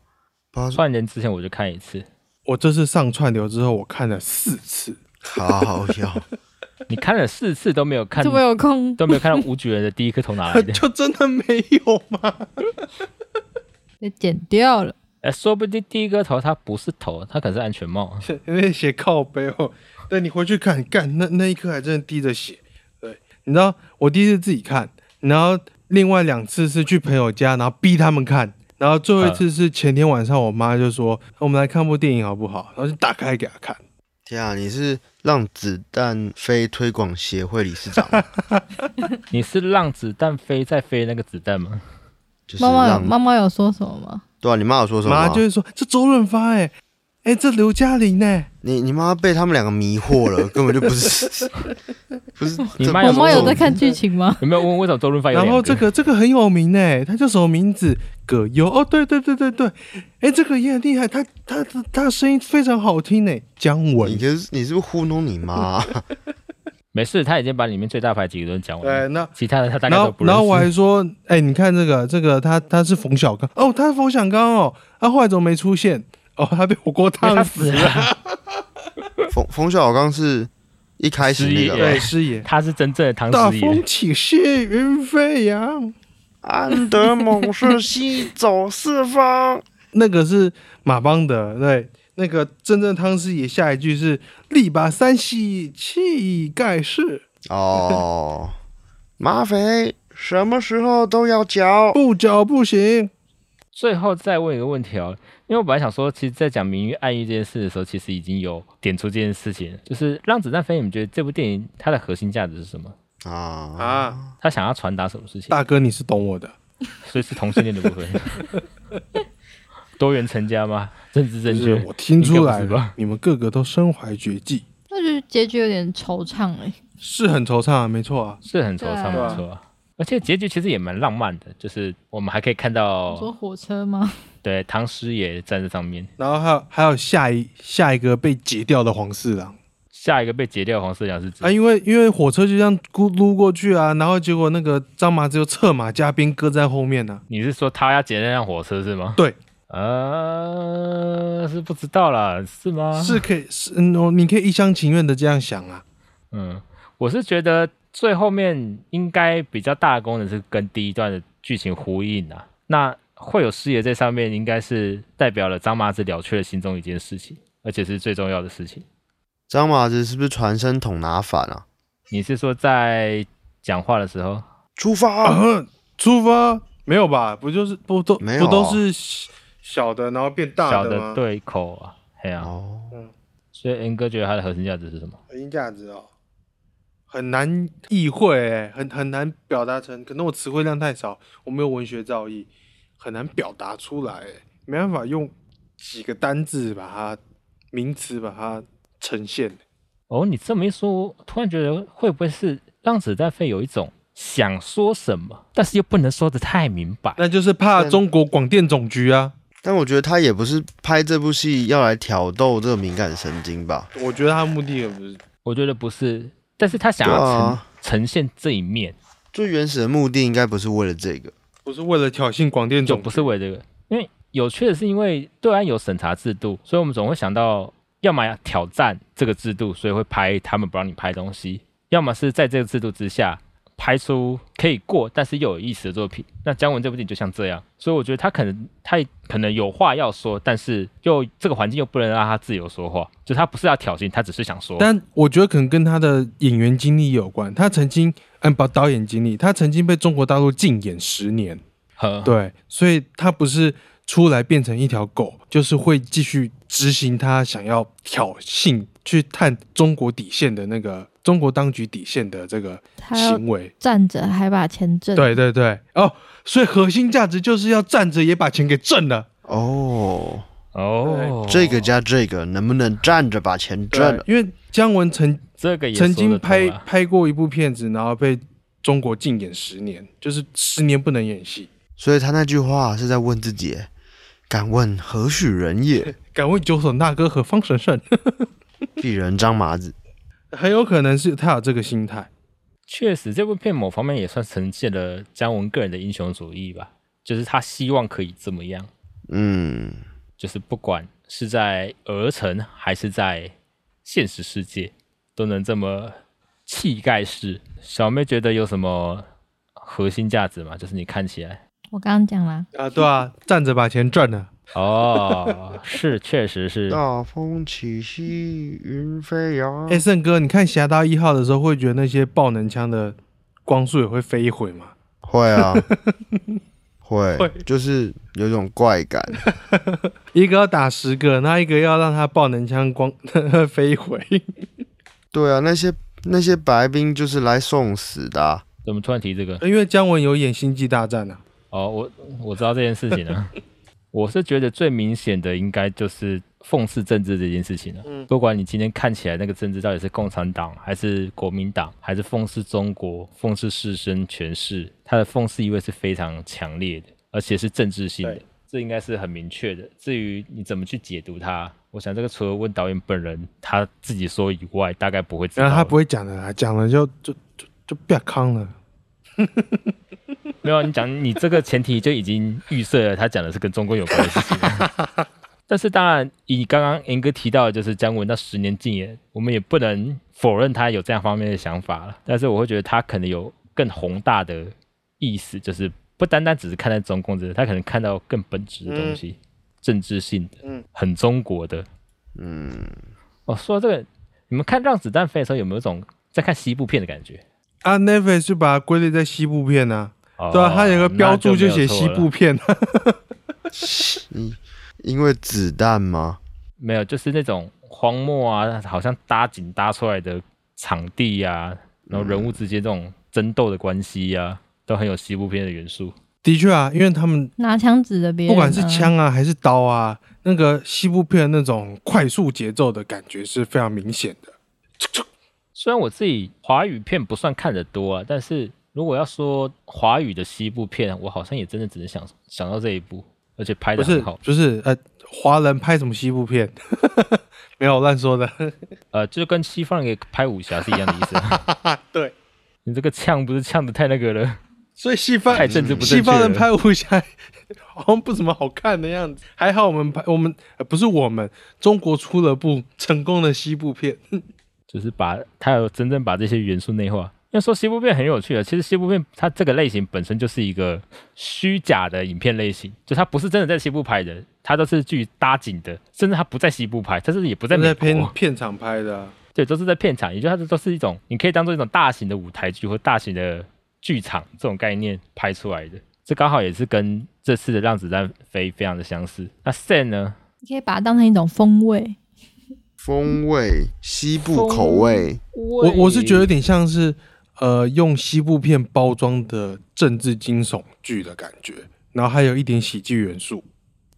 [SPEAKER 5] 不知道
[SPEAKER 2] 串人之前我就看一次。
[SPEAKER 1] 我这次上串流之后，我看了四次。？
[SPEAKER 5] 好要
[SPEAKER 2] 你看了四次都没有看
[SPEAKER 3] 就，没有 空，
[SPEAKER 2] 都没有看到吴举人的第一颗头哪来的
[SPEAKER 1] 就真的没有吗？
[SPEAKER 3] 被剪掉了。
[SPEAKER 2] 哎、说不定第一颗头它不是头，它可能是安全帽啊。
[SPEAKER 1] 因为写靠背哦，对你回去看，干那那一刻还真的滴着血。对，你知道我第一次自己看，然后另外两次是去朋友家，然后逼他们看，然后最后一
[SPEAKER 2] 嗯
[SPEAKER 1] 次是前天晚上，我妈就说我们来看部电影好不好，然后就打开给她看。
[SPEAKER 5] 天啊！你是让子弹飞推广协会理事长吗，
[SPEAKER 2] 你是让子弹飞再飞那个子弹吗？
[SPEAKER 5] 就是
[SPEAKER 3] 妈妈有
[SPEAKER 5] 让
[SPEAKER 3] 妈妈有说什么吗？
[SPEAKER 5] 对啊，你妈有说什么
[SPEAKER 1] 妈
[SPEAKER 5] 吗？
[SPEAKER 1] 就会说这周润发哎、哎、这刘嘉玲呢？
[SPEAKER 5] 你你妈被他们两个迷惑了，根本就不是不是。
[SPEAKER 2] 你妈
[SPEAKER 5] 这
[SPEAKER 3] 我
[SPEAKER 2] 什么
[SPEAKER 3] 妈有在
[SPEAKER 2] 问题
[SPEAKER 3] 看剧情吗？
[SPEAKER 2] 有没有问为什么周润发有
[SPEAKER 1] 然
[SPEAKER 2] 两
[SPEAKER 1] 后这个这个很有名呢，他叫什么名字？葛优哦，对对对对对，哎，这个也很厉害，他他他他的声音非常好听呢，姜
[SPEAKER 5] 你
[SPEAKER 1] 文。
[SPEAKER 5] 就是你是不是糊弄你妈？
[SPEAKER 2] 没事，他已经把里面最大牌几个人讲完
[SPEAKER 1] 对，
[SPEAKER 2] 了，
[SPEAKER 1] 那
[SPEAKER 2] 其他的他大概
[SPEAKER 1] 然
[SPEAKER 2] 都
[SPEAKER 1] 后
[SPEAKER 2] 不认
[SPEAKER 1] 然后 我还
[SPEAKER 2] 识。
[SPEAKER 1] 说，哎，你看这个这个他他是冯小刚哦，他是冯小刚哦，他、后来怎么没出现？哦，他被火锅
[SPEAKER 2] 因为
[SPEAKER 1] 烫
[SPEAKER 2] 他
[SPEAKER 1] 死
[SPEAKER 2] 死了，
[SPEAKER 5] 冯冯小刚是一开始那
[SPEAKER 2] 失忆
[SPEAKER 5] 个
[SPEAKER 1] 对，师爷，
[SPEAKER 2] 他是真正的唐
[SPEAKER 1] 大
[SPEAKER 2] 诗
[SPEAKER 1] 风
[SPEAKER 2] 爷。
[SPEAKER 1] 起兮云飞扬，
[SPEAKER 5] 安德猛士西走四方，
[SPEAKER 1] 那个是马邦德，对，那个真正汤师爷下一句是力拔山兮气盖世。
[SPEAKER 5] 哦，马匪什么时候都要缴。
[SPEAKER 1] 不缴不行。
[SPEAKER 2] 最后再问一个问题哦，因为我本来想说，其实，在讲明喻暗喻这件事的时候，其实已经有点出这件事情了，就是《让子弹飞》。你们觉得这部电影它的核心价值是什么？
[SPEAKER 5] 啊
[SPEAKER 1] 啊！
[SPEAKER 2] 他想要传达什么事情？
[SPEAKER 1] 大哥，你是懂我的。
[SPEAKER 2] 所以是同性恋的部分。 多元成家吗？政治正
[SPEAKER 1] 就是
[SPEAKER 2] 确
[SPEAKER 1] 我听出来
[SPEAKER 2] 应该不是
[SPEAKER 1] 了
[SPEAKER 2] 吧，
[SPEAKER 1] 你们个个都身怀绝技，
[SPEAKER 3] 那就是结局有点惆怅哎、
[SPEAKER 1] 是很惆怅啊，没错啊。
[SPEAKER 2] 是很惆怅，
[SPEAKER 3] 对啊
[SPEAKER 2] 没错啊。而且结局其实也蛮浪漫的，就是我们还可以看
[SPEAKER 3] 你说
[SPEAKER 2] 到，
[SPEAKER 3] 火车吗？
[SPEAKER 2] 对，唐师爷站在上面，
[SPEAKER 1] 然后还有还有下一下一个被截掉的黄四郎
[SPEAKER 2] 下一个被截掉的黄四娘是指
[SPEAKER 1] 啊，因为因为火车就这样咕撸过去啊，然后结果那个张麻只有策马加鞭搁在后面呢、
[SPEAKER 2] 你是说他要截那辆火车是吗？
[SPEAKER 1] 对，
[SPEAKER 2] 呃，是不知道啦，是吗？
[SPEAKER 1] 啊，是，可以是嗯，哦你可以一厢情愿的这样想啊。
[SPEAKER 2] 嗯，我是觉得最后面应该比较大的功能是跟第一段的剧情呼应啊。那会有师爷在上面，应该是代表了张麻子了却了心中一件事情，而且是最重要的事情。
[SPEAKER 5] 张麻子是不是传声筒拿反啊？
[SPEAKER 2] 你是说在讲话的时候？
[SPEAKER 5] 出发！
[SPEAKER 1] 啊，出发没有吧？不就是不都
[SPEAKER 5] 没有
[SPEAKER 1] 不都是小小的，然后变大
[SPEAKER 2] 小
[SPEAKER 1] 的吗？
[SPEAKER 2] 的，对口啊，嘿啊，
[SPEAKER 5] 哦，
[SPEAKER 2] 所以 N 哥觉得它的核心价值是什么？
[SPEAKER 1] 核心价值哦，很难意会、欸，很很难表达成。可能我词汇量太少，我没有文学造诣，很难表达出来、欸，没办法用几个单字把它名词把它呈现。
[SPEAKER 2] 哦，你这么一说，我突然觉得会不会是让子弹飞有一种想说什么，但是又不能说的太明白？
[SPEAKER 1] 那就是怕
[SPEAKER 5] 嗯
[SPEAKER 1] 中国广电总局啊，
[SPEAKER 5] 但我觉得他也不是拍这部戏要来挑逗这个敏感神经吧？
[SPEAKER 1] 我觉得他目的也不是。
[SPEAKER 2] 我觉得不是，但是他想要
[SPEAKER 5] 对
[SPEAKER 2] 呈、
[SPEAKER 5] 啊
[SPEAKER 2] 呈现这一面，
[SPEAKER 5] 最原始的目的应该不是为了这个。
[SPEAKER 1] 不是为了挑衅广电
[SPEAKER 2] 就
[SPEAKER 1] 总
[SPEAKER 2] 不
[SPEAKER 1] 局，
[SPEAKER 2] 是为这个，因为有趣的是，因为对岸有审查制度，所以我们总会想到，要么挑战这个制度，所以会拍他们不让你拍东西；要么是在这个制度之下拍出可以过，但是又有意思的作品。那姜文这部电影就像这样，所以我觉得他可能他可能有话要说，但是又这个环境又不能让他自由说话，就他不是要挑衅，他只是想说。
[SPEAKER 1] 但我觉得可能跟他的演员经历有关。他曾经，嗯，不，导演经历，他曾经被中国大陆禁演十年。
[SPEAKER 2] 呵
[SPEAKER 1] 对，所以他不是出来变成一条狗，就是会继续执行他想要挑衅、去探中国底线的那个中国当局底线的这个
[SPEAKER 3] 他要
[SPEAKER 1] 行为。
[SPEAKER 3] 站着还把钱挣，
[SPEAKER 1] 对对对，哦，所以核心价值就是要站着也把钱给挣了。
[SPEAKER 5] 哦，
[SPEAKER 2] 哦，
[SPEAKER 5] 这个加这个能不能站着把钱挣了？
[SPEAKER 1] 对因为姜文曾
[SPEAKER 2] 这个也
[SPEAKER 1] 曾
[SPEAKER 2] 说
[SPEAKER 1] 经
[SPEAKER 2] 得通
[SPEAKER 1] 拍
[SPEAKER 2] 啊
[SPEAKER 1] 拍过一部片子，然后被中国禁演十年，就是十年不能演戏。
[SPEAKER 5] 所以他那句话是在问自己：敢问何许人 也？
[SPEAKER 1] 敢问九手那哥和方神圣，
[SPEAKER 5] 鄙人张麻子。
[SPEAKER 1] 很有可能是他有这个心态。
[SPEAKER 2] 确实，这部片某方面也算呈现了姜文个人的英雄主义吧，就是他希望可以怎么样，
[SPEAKER 5] 嗯，
[SPEAKER 2] 就是不管是在儿城还是在现实世界，都能这么气盖世。小妹觉得有什么核心价值吗？就是你看起来，
[SPEAKER 3] 我刚刚讲啦，
[SPEAKER 1] 啊，对啊，站着把钱赚了。
[SPEAKER 2] 哦，是，确实是，
[SPEAKER 5] 大风起兮云飞扬。
[SPEAKER 1] 哎，盛哥，你看《侠盗一号》的时候，会觉得那些爆能枪的光束也会飞一会吗？
[SPEAKER 5] 会啊，会
[SPEAKER 1] 会，
[SPEAKER 5] 就是有一种怪感。
[SPEAKER 1] 一个要打十个，那一个要让他爆能枪光 飞一会。
[SPEAKER 5] 对啊，那些那些白兵就是来送死的啊、
[SPEAKER 2] 怎么突然提这个？
[SPEAKER 1] 因为姜文有演《星际大战》啊，
[SPEAKER 2] 哦，我我知道这件事情了、我是觉得最明显的应该就是讽刺政治这件事情了。不管你今天看起来那个政治到底是共产党还是国民党，还是讽刺中国、讽刺士绅权势，它的讽刺意味是非常强烈的，而且是政治性的
[SPEAKER 4] 对。
[SPEAKER 2] 这应该是很明确的。至于你怎么去解读它，我想这个除了问导演本人他自己说以外，大概不会知道。
[SPEAKER 1] 然后他不会讲的啦，讲了就就就就不要康了。
[SPEAKER 2] 没有，你讲你这个前提就已经预设了，他讲的是跟中国有关的事 情。但是当然，以刚刚严哥提到的，就是姜文那十年禁言，我们也不能否认他有这样方面的想法了。但是我会觉得他可能有更宏大的意思，就是不单单只是看待中共这个，他可能看到更本质的东西，政治性的，很中国的。
[SPEAKER 5] 嗯，
[SPEAKER 2] 哦，说到这个，你们看《让子弹飞》的时候，有没有一种在看西部片的感觉？
[SPEAKER 1] 啊，Netflix 就把它归类在西部片啊，对啊，
[SPEAKER 2] 哦
[SPEAKER 1] 它有个标注
[SPEAKER 2] 那就没
[SPEAKER 1] 写
[SPEAKER 2] 有错
[SPEAKER 1] 西
[SPEAKER 2] 了
[SPEAKER 1] 部片，
[SPEAKER 5] 因因为子弹吗？
[SPEAKER 2] 没有，就是那种荒漠啊，好像搭景搭出来的场地啊，然后人物之间这种争斗的关系啊，都很有西部片的元素。
[SPEAKER 1] 的确啊，因为他们
[SPEAKER 3] 拿枪指着别
[SPEAKER 1] 不
[SPEAKER 3] 人、
[SPEAKER 1] 管是，枪啊还是刀啊，那个西部片那种快速节奏的感觉是非常明显的。
[SPEAKER 2] 虽然我自己华语片不算看得多啊，但是如果要说华语的西部片，我好像也真的只能想想到这一部，而且拍
[SPEAKER 1] 不
[SPEAKER 2] 的
[SPEAKER 1] 是
[SPEAKER 2] 很好。
[SPEAKER 1] 不是呃，华人拍什么西部片？ 没有乱说的。
[SPEAKER 2] 呃，就是跟西方人给拍武侠是一样的意思。
[SPEAKER 1] 对，
[SPEAKER 2] 你这个呛不是呛的太那个了，
[SPEAKER 1] 所以西方
[SPEAKER 2] 太政治不正确
[SPEAKER 1] 西
[SPEAKER 2] 了。
[SPEAKER 1] 方人拍武侠好像不怎么好看的样子。还好我们拍我们、呃不是我们中国出了部成功的西部片，
[SPEAKER 2] 就是把它有真正把这些元素内化。因为说西部片很有趣的，啊其实西部片它这个类型本身就是一个虚假的影片类型，就它不是真的在西部拍的，它都是据搭景的，甚至它不在西部拍，但是也不在
[SPEAKER 1] 在
[SPEAKER 2] 美
[SPEAKER 1] 片
[SPEAKER 2] 国，
[SPEAKER 1] 片场拍的啊、
[SPEAKER 2] 对，都是在片场，也就是它都是一种，你可以当做一种大型的舞台剧或大型的剧场这种概念拍出来的。这刚好也是跟这次的《让子弹飞》非常的相似。那 San 呢？
[SPEAKER 3] 你可以把它当成一种风味。
[SPEAKER 5] 风味，西部口味，
[SPEAKER 2] 我
[SPEAKER 1] 我我是觉得有点像是呃用西部片包装的政治惊悚剧的感觉，然后还有一点喜剧元素。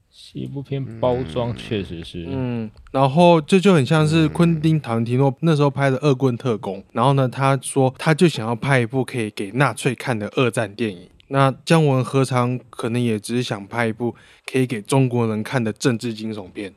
[SPEAKER 2] 西部片包装确实是，
[SPEAKER 1] 嗯，然后这就很像是昆汀·塔伦提诺那时候拍的《恶棍特工》，然后呢，他说他就想要拍一部可以给纳粹看的二战电影。那姜文何尝可能也只是想拍一部可以给中国人看的政治惊悚片？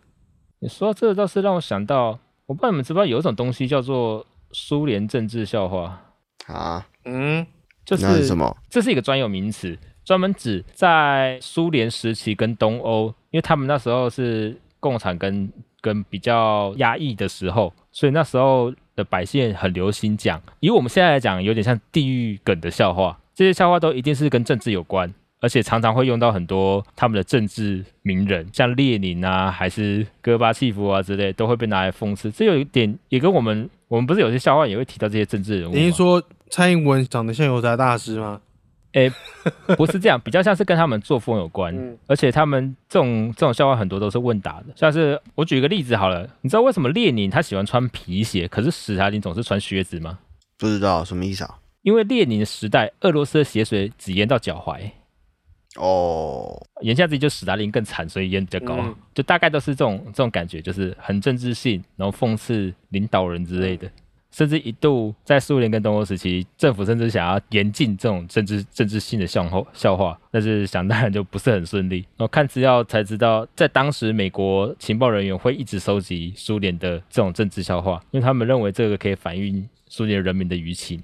[SPEAKER 2] 你说到这个倒是让我想到，我不知道你们知不知道有一种东西叫做苏联政治笑话，
[SPEAKER 5] 啊，
[SPEAKER 1] 嗯，
[SPEAKER 2] 就
[SPEAKER 5] 那
[SPEAKER 2] 是
[SPEAKER 5] 是什？么？
[SPEAKER 2] 这是一个专有名词，专门指在苏联时期跟东欧，因为他们那时候是共产跟跟比较压抑的时候，所以那时候的百姓很流行讲，以我们现在来讲，有点像地狱梗的笑话，这些笑话都一定是跟政治有关。而且常常会用到很多他们的政治名人，像列宁啊，还是戈巴契夫啊之类，都会被拿来讽刺。这有一点也跟我们，我们不是有些笑话也会提到这些政治人物吗。
[SPEAKER 1] 您说蔡英文长得像油炸大师吗？
[SPEAKER 2] 不是这样，比较像是跟他们作风有关，而且他们这种这种笑话很多都是问答的，像是我举一个例子好了，你知道为什么列宁他喜欢穿皮鞋，可是史达林总是穿靴子吗？
[SPEAKER 5] 不知道什么意思啊？
[SPEAKER 2] 因为列宁时代俄罗斯的血水只淹到脚踝，
[SPEAKER 5] 哦，
[SPEAKER 2] 言下之意就史达林更惨，所以淹比较高，
[SPEAKER 1] 嗯
[SPEAKER 2] 就大概都是这种这种感觉，就是很政治性，然后讽刺领导人之类的。甚至一度在苏联跟东欧时期，政府甚至想要严禁这种政治政治性的笑话笑话，但是想当然就不是很顺利。然后看资料才知道，在当时美国情报人员会一直收集苏联的这种政治笑话，因为他们认为这个可以反映苏联人民的舆情。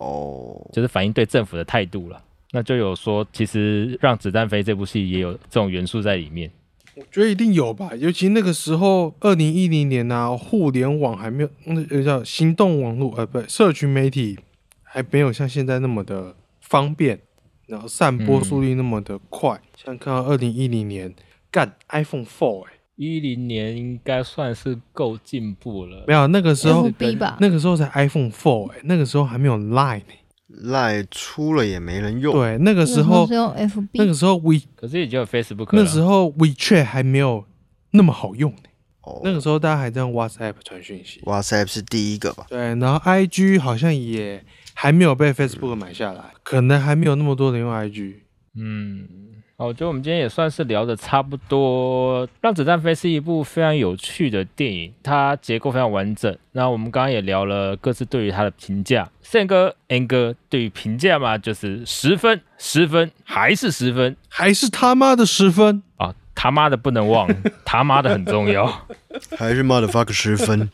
[SPEAKER 5] 哦，
[SPEAKER 2] 就是反映对政府的态度了。那就有说，其实《让子弹飞》这部戏也有这种元素在里面。
[SPEAKER 1] 我觉得一定有吧，尤其那个时候，二零一零年啊，互联网还没有，那个叫行动网络，呃，不，社群媒体还没有像现在那么的方便，然后散播
[SPEAKER 2] 嗯
[SPEAKER 1] 速率那么的快。像看到二零一零年，干 iPhone Four，哎、
[SPEAKER 2] 一零年应该算是够进步了
[SPEAKER 1] 没，有那个时候
[SPEAKER 3] FB 吧
[SPEAKER 1] 那个时候才 iPhone Four，哎、那个时候还没有 Line，、欸、
[SPEAKER 5] 赖出了也没人用。
[SPEAKER 1] 对，那个时
[SPEAKER 3] 有
[SPEAKER 1] 候
[SPEAKER 3] 是用
[SPEAKER 1] 那个
[SPEAKER 3] FB，
[SPEAKER 1] 时候 We
[SPEAKER 2] 可是已经有 Facebook 了。
[SPEAKER 1] 那时候 WeChat 还没有那么好用、欸，
[SPEAKER 5] 哦，
[SPEAKER 1] 那个时候大家还在用 WhatsApp 传讯息。
[SPEAKER 5] WhatsApp 是第一个吧？
[SPEAKER 1] 对，然后 I G 好像也
[SPEAKER 2] 嗯
[SPEAKER 1] 还没有被 Facebook 买下来，可能还没有那么多人用 I G。
[SPEAKER 2] 嗯，好，我觉得我们今天也算是聊的差不多。《让子弹飞》是一部非常有趣的电影，它结构非常完整。那我们刚刚也聊了各自对于它的评价。宪哥、N 哥对于评价嘛，就是十分，十分，还是十分
[SPEAKER 1] 还是他妈的十分。
[SPEAKER 2] 啊！他妈的不能忘，他妈的很重要。
[SPEAKER 5] 还是 motherfucker 十
[SPEAKER 2] 啊
[SPEAKER 5] 分。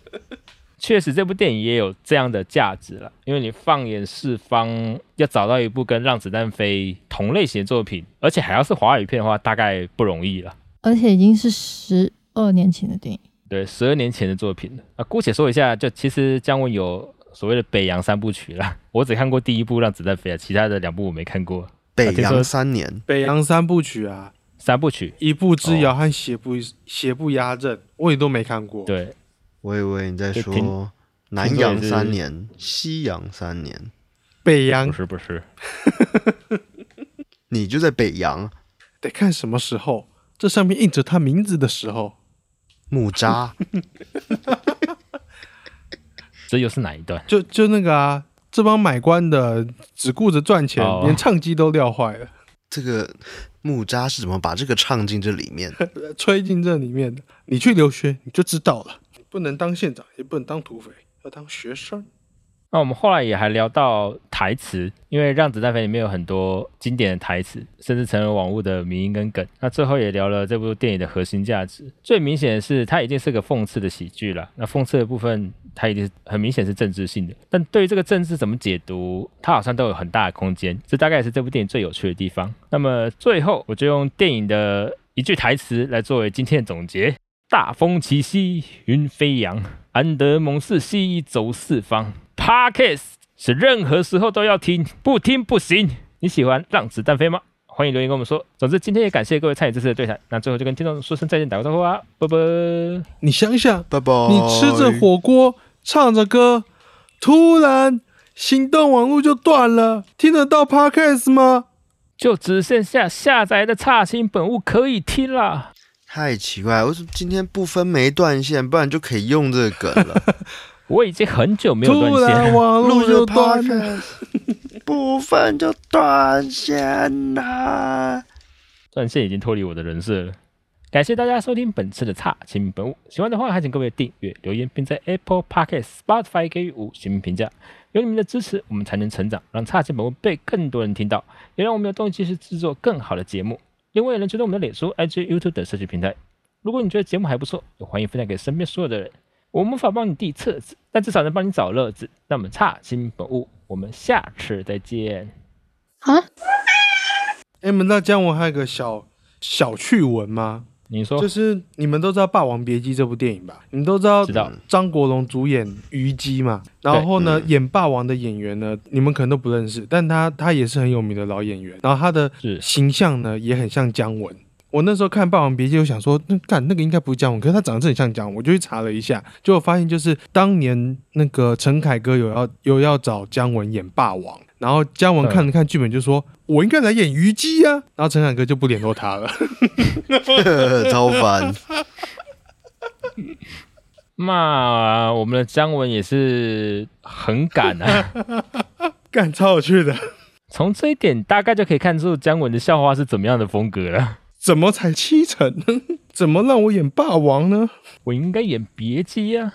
[SPEAKER 2] 确实，这部电影也有这样的价值了，因为你放眼四方，要找到一部跟《让子弹飞》同类型的作品，而且还要是华语片的话，大概不容易了。
[SPEAKER 3] 而且已经是十二年前的电影。
[SPEAKER 2] 对，十二年前的作品了。啊，姑且说一下，就其实姜文有所谓的北洋三部曲啦， 我只看过第一部《让子弹飞》啊，其他的两部我没看过。
[SPEAKER 5] 北
[SPEAKER 2] 听说
[SPEAKER 5] 洋三年，
[SPEAKER 1] 北洋三部曲啊，
[SPEAKER 2] 三部曲，
[SPEAKER 1] 一步之遥和邪不邪不压正，我也都没看过。
[SPEAKER 2] 哦对，
[SPEAKER 5] 我以为你在
[SPEAKER 2] 就听
[SPEAKER 5] 说南
[SPEAKER 2] 听说也
[SPEAKER 5] 洋
[SPEAKER 2] 是
[SPEAKER 5] 三年、西洋三年，
[SPEAKER 1] 北洋
[SPEAKER 2] 不是不是，
[SPEAKER 5] 你就在北洋
[SPEAKER 1] 得看什么时候，这上面印着他名字的时候。
[SPEAKER 5] 木扎。
[SPEAKER 2] 这又是哪一段？
[SPEAKER 1] 就就那个啊，这帮买官的只顾着赚钱，
[SPEAKER 2] 哦
[SPEAKER 1] 连唱机都撂坏了，
[SPEAKER 5] 这个木扎是怎么把这个唱进这里面？
[SPEAKER 1] 呃吹进这里面的。你去留学你就知道了，不能当县长，也不能当土匪，要当学生。
[SPEAKER 2] 那我们后来也还聊到台词，因为《让子弹飞》里面有很多经典的台词，甚至成为网络的名音跟梗。那最后也聊了这部电影的核心价值。最明显的是，它一定是个讽刺的喜剧了。那讽刺的部分，它一定是很明显是政治性的。但对于这个政治怎么解读，它好像都有很大的空间。这大概也是这部电影最有趣的地方。那么最后，我就用电影的一句台词来作为今天的总结：大风起兮云飞扬，安得猛士兮走四方。Podcast 是任何时候都要听，不听不行。你喜欢《让子弹飞》吗？欢迎留言跟我们说。总之，今天也感谢各位参与这次的对谈。那最后就跟听众说声再见，打个招呼啊，拜拜。
[SPEAKER 1] 你想想，
[SPEAKER 5] 拜拜。
[SPEAKER 1] 你吃着火锅，唱着歌，突然行动网络就断了，听得到 podcast 吗？
[SPEAKER 2] 就只剩下下载的差星本物可以听啦。
[SPEAKER 5] 太奇怪，为什么今天不分没断线，不然就可以用这个梗了？
[SPEAKER 2] 我已经很久没有
[SPEAKER 1] 突
[SPEAKER 2] 断线
[SPEAKER 1] 然
[SPEAKER 2] 了。
[SPEAKER 1] 网络
[SPEAKER 5] 录
[SPEAKER 1] 就
[SPEAKER 5] 着
[SPEAKER 1] 断了。
[SPEAKER 5] podcast 不分就断线啦。
[SPEAKER 2] 断线已经脱离我的人设了。感谢大家收听本次的《差情本物》，喜欢的话还请各位订阅、留言，并在 Apple Podcast、Spotify 给予五星评价。有你们的支持，我们才能成长，让《差情本物》被更多人听到，也让我们有动机去制作更好的节目。另外，也能追踪我们的脸书、IG、YouTube 等社区平台。如果你觉得节目还不错，也欢迎分享给身边所有的人。我无法帮你递册子，但至少能帮你找乐子。那么，《差情本物》，我们下次再见。
[SPEAKER 1] 哎，你们知道姜文还有个小小趣闻吗？
[SPEAKER 2] 你说
[SPEAKER 1] 就，是你们都知道《霸王别姬》这部电影吧？你们都知道
[SPEAKER 2] 知道
[SPEAKER 1] 张国荣主演虞姬嘛？然后呢，演霸王的演员呢，你们可能都不认识，但他他也是很有名的老演员。然后他的
[SPEAKER 2] 是
[SPEAKER 1] 形象呢，也很像姜文。我那时候看《霸王别姬》，我想说，那干那个应该不是姜文，可是他长得真的很像姜文，我就去查了一下，结果发现就是当年那个陈凯歌有要有要找姜文演霸王，然后姜文
[SPEAKER 2] 嗯
[SPEAKER 1] 看了看剧本就说，我应该来演虞姬呀、啊，然后陈凯歌就不联络他了。
[SPEAKER 5] 超烦，
[SPEAKER 2] 那我们的姜文也是很敢啊。
[SPEAKER 1] 干超有趣的，
[SPEAKER 2] 从这一点大概就可以看出姜文的笑话是怎么样的风格了。
[SPEAKER 1] 怎 么才七成呢？怎么让我演霸王呢？
[SPEAKER 2] 我应该演别姬啊，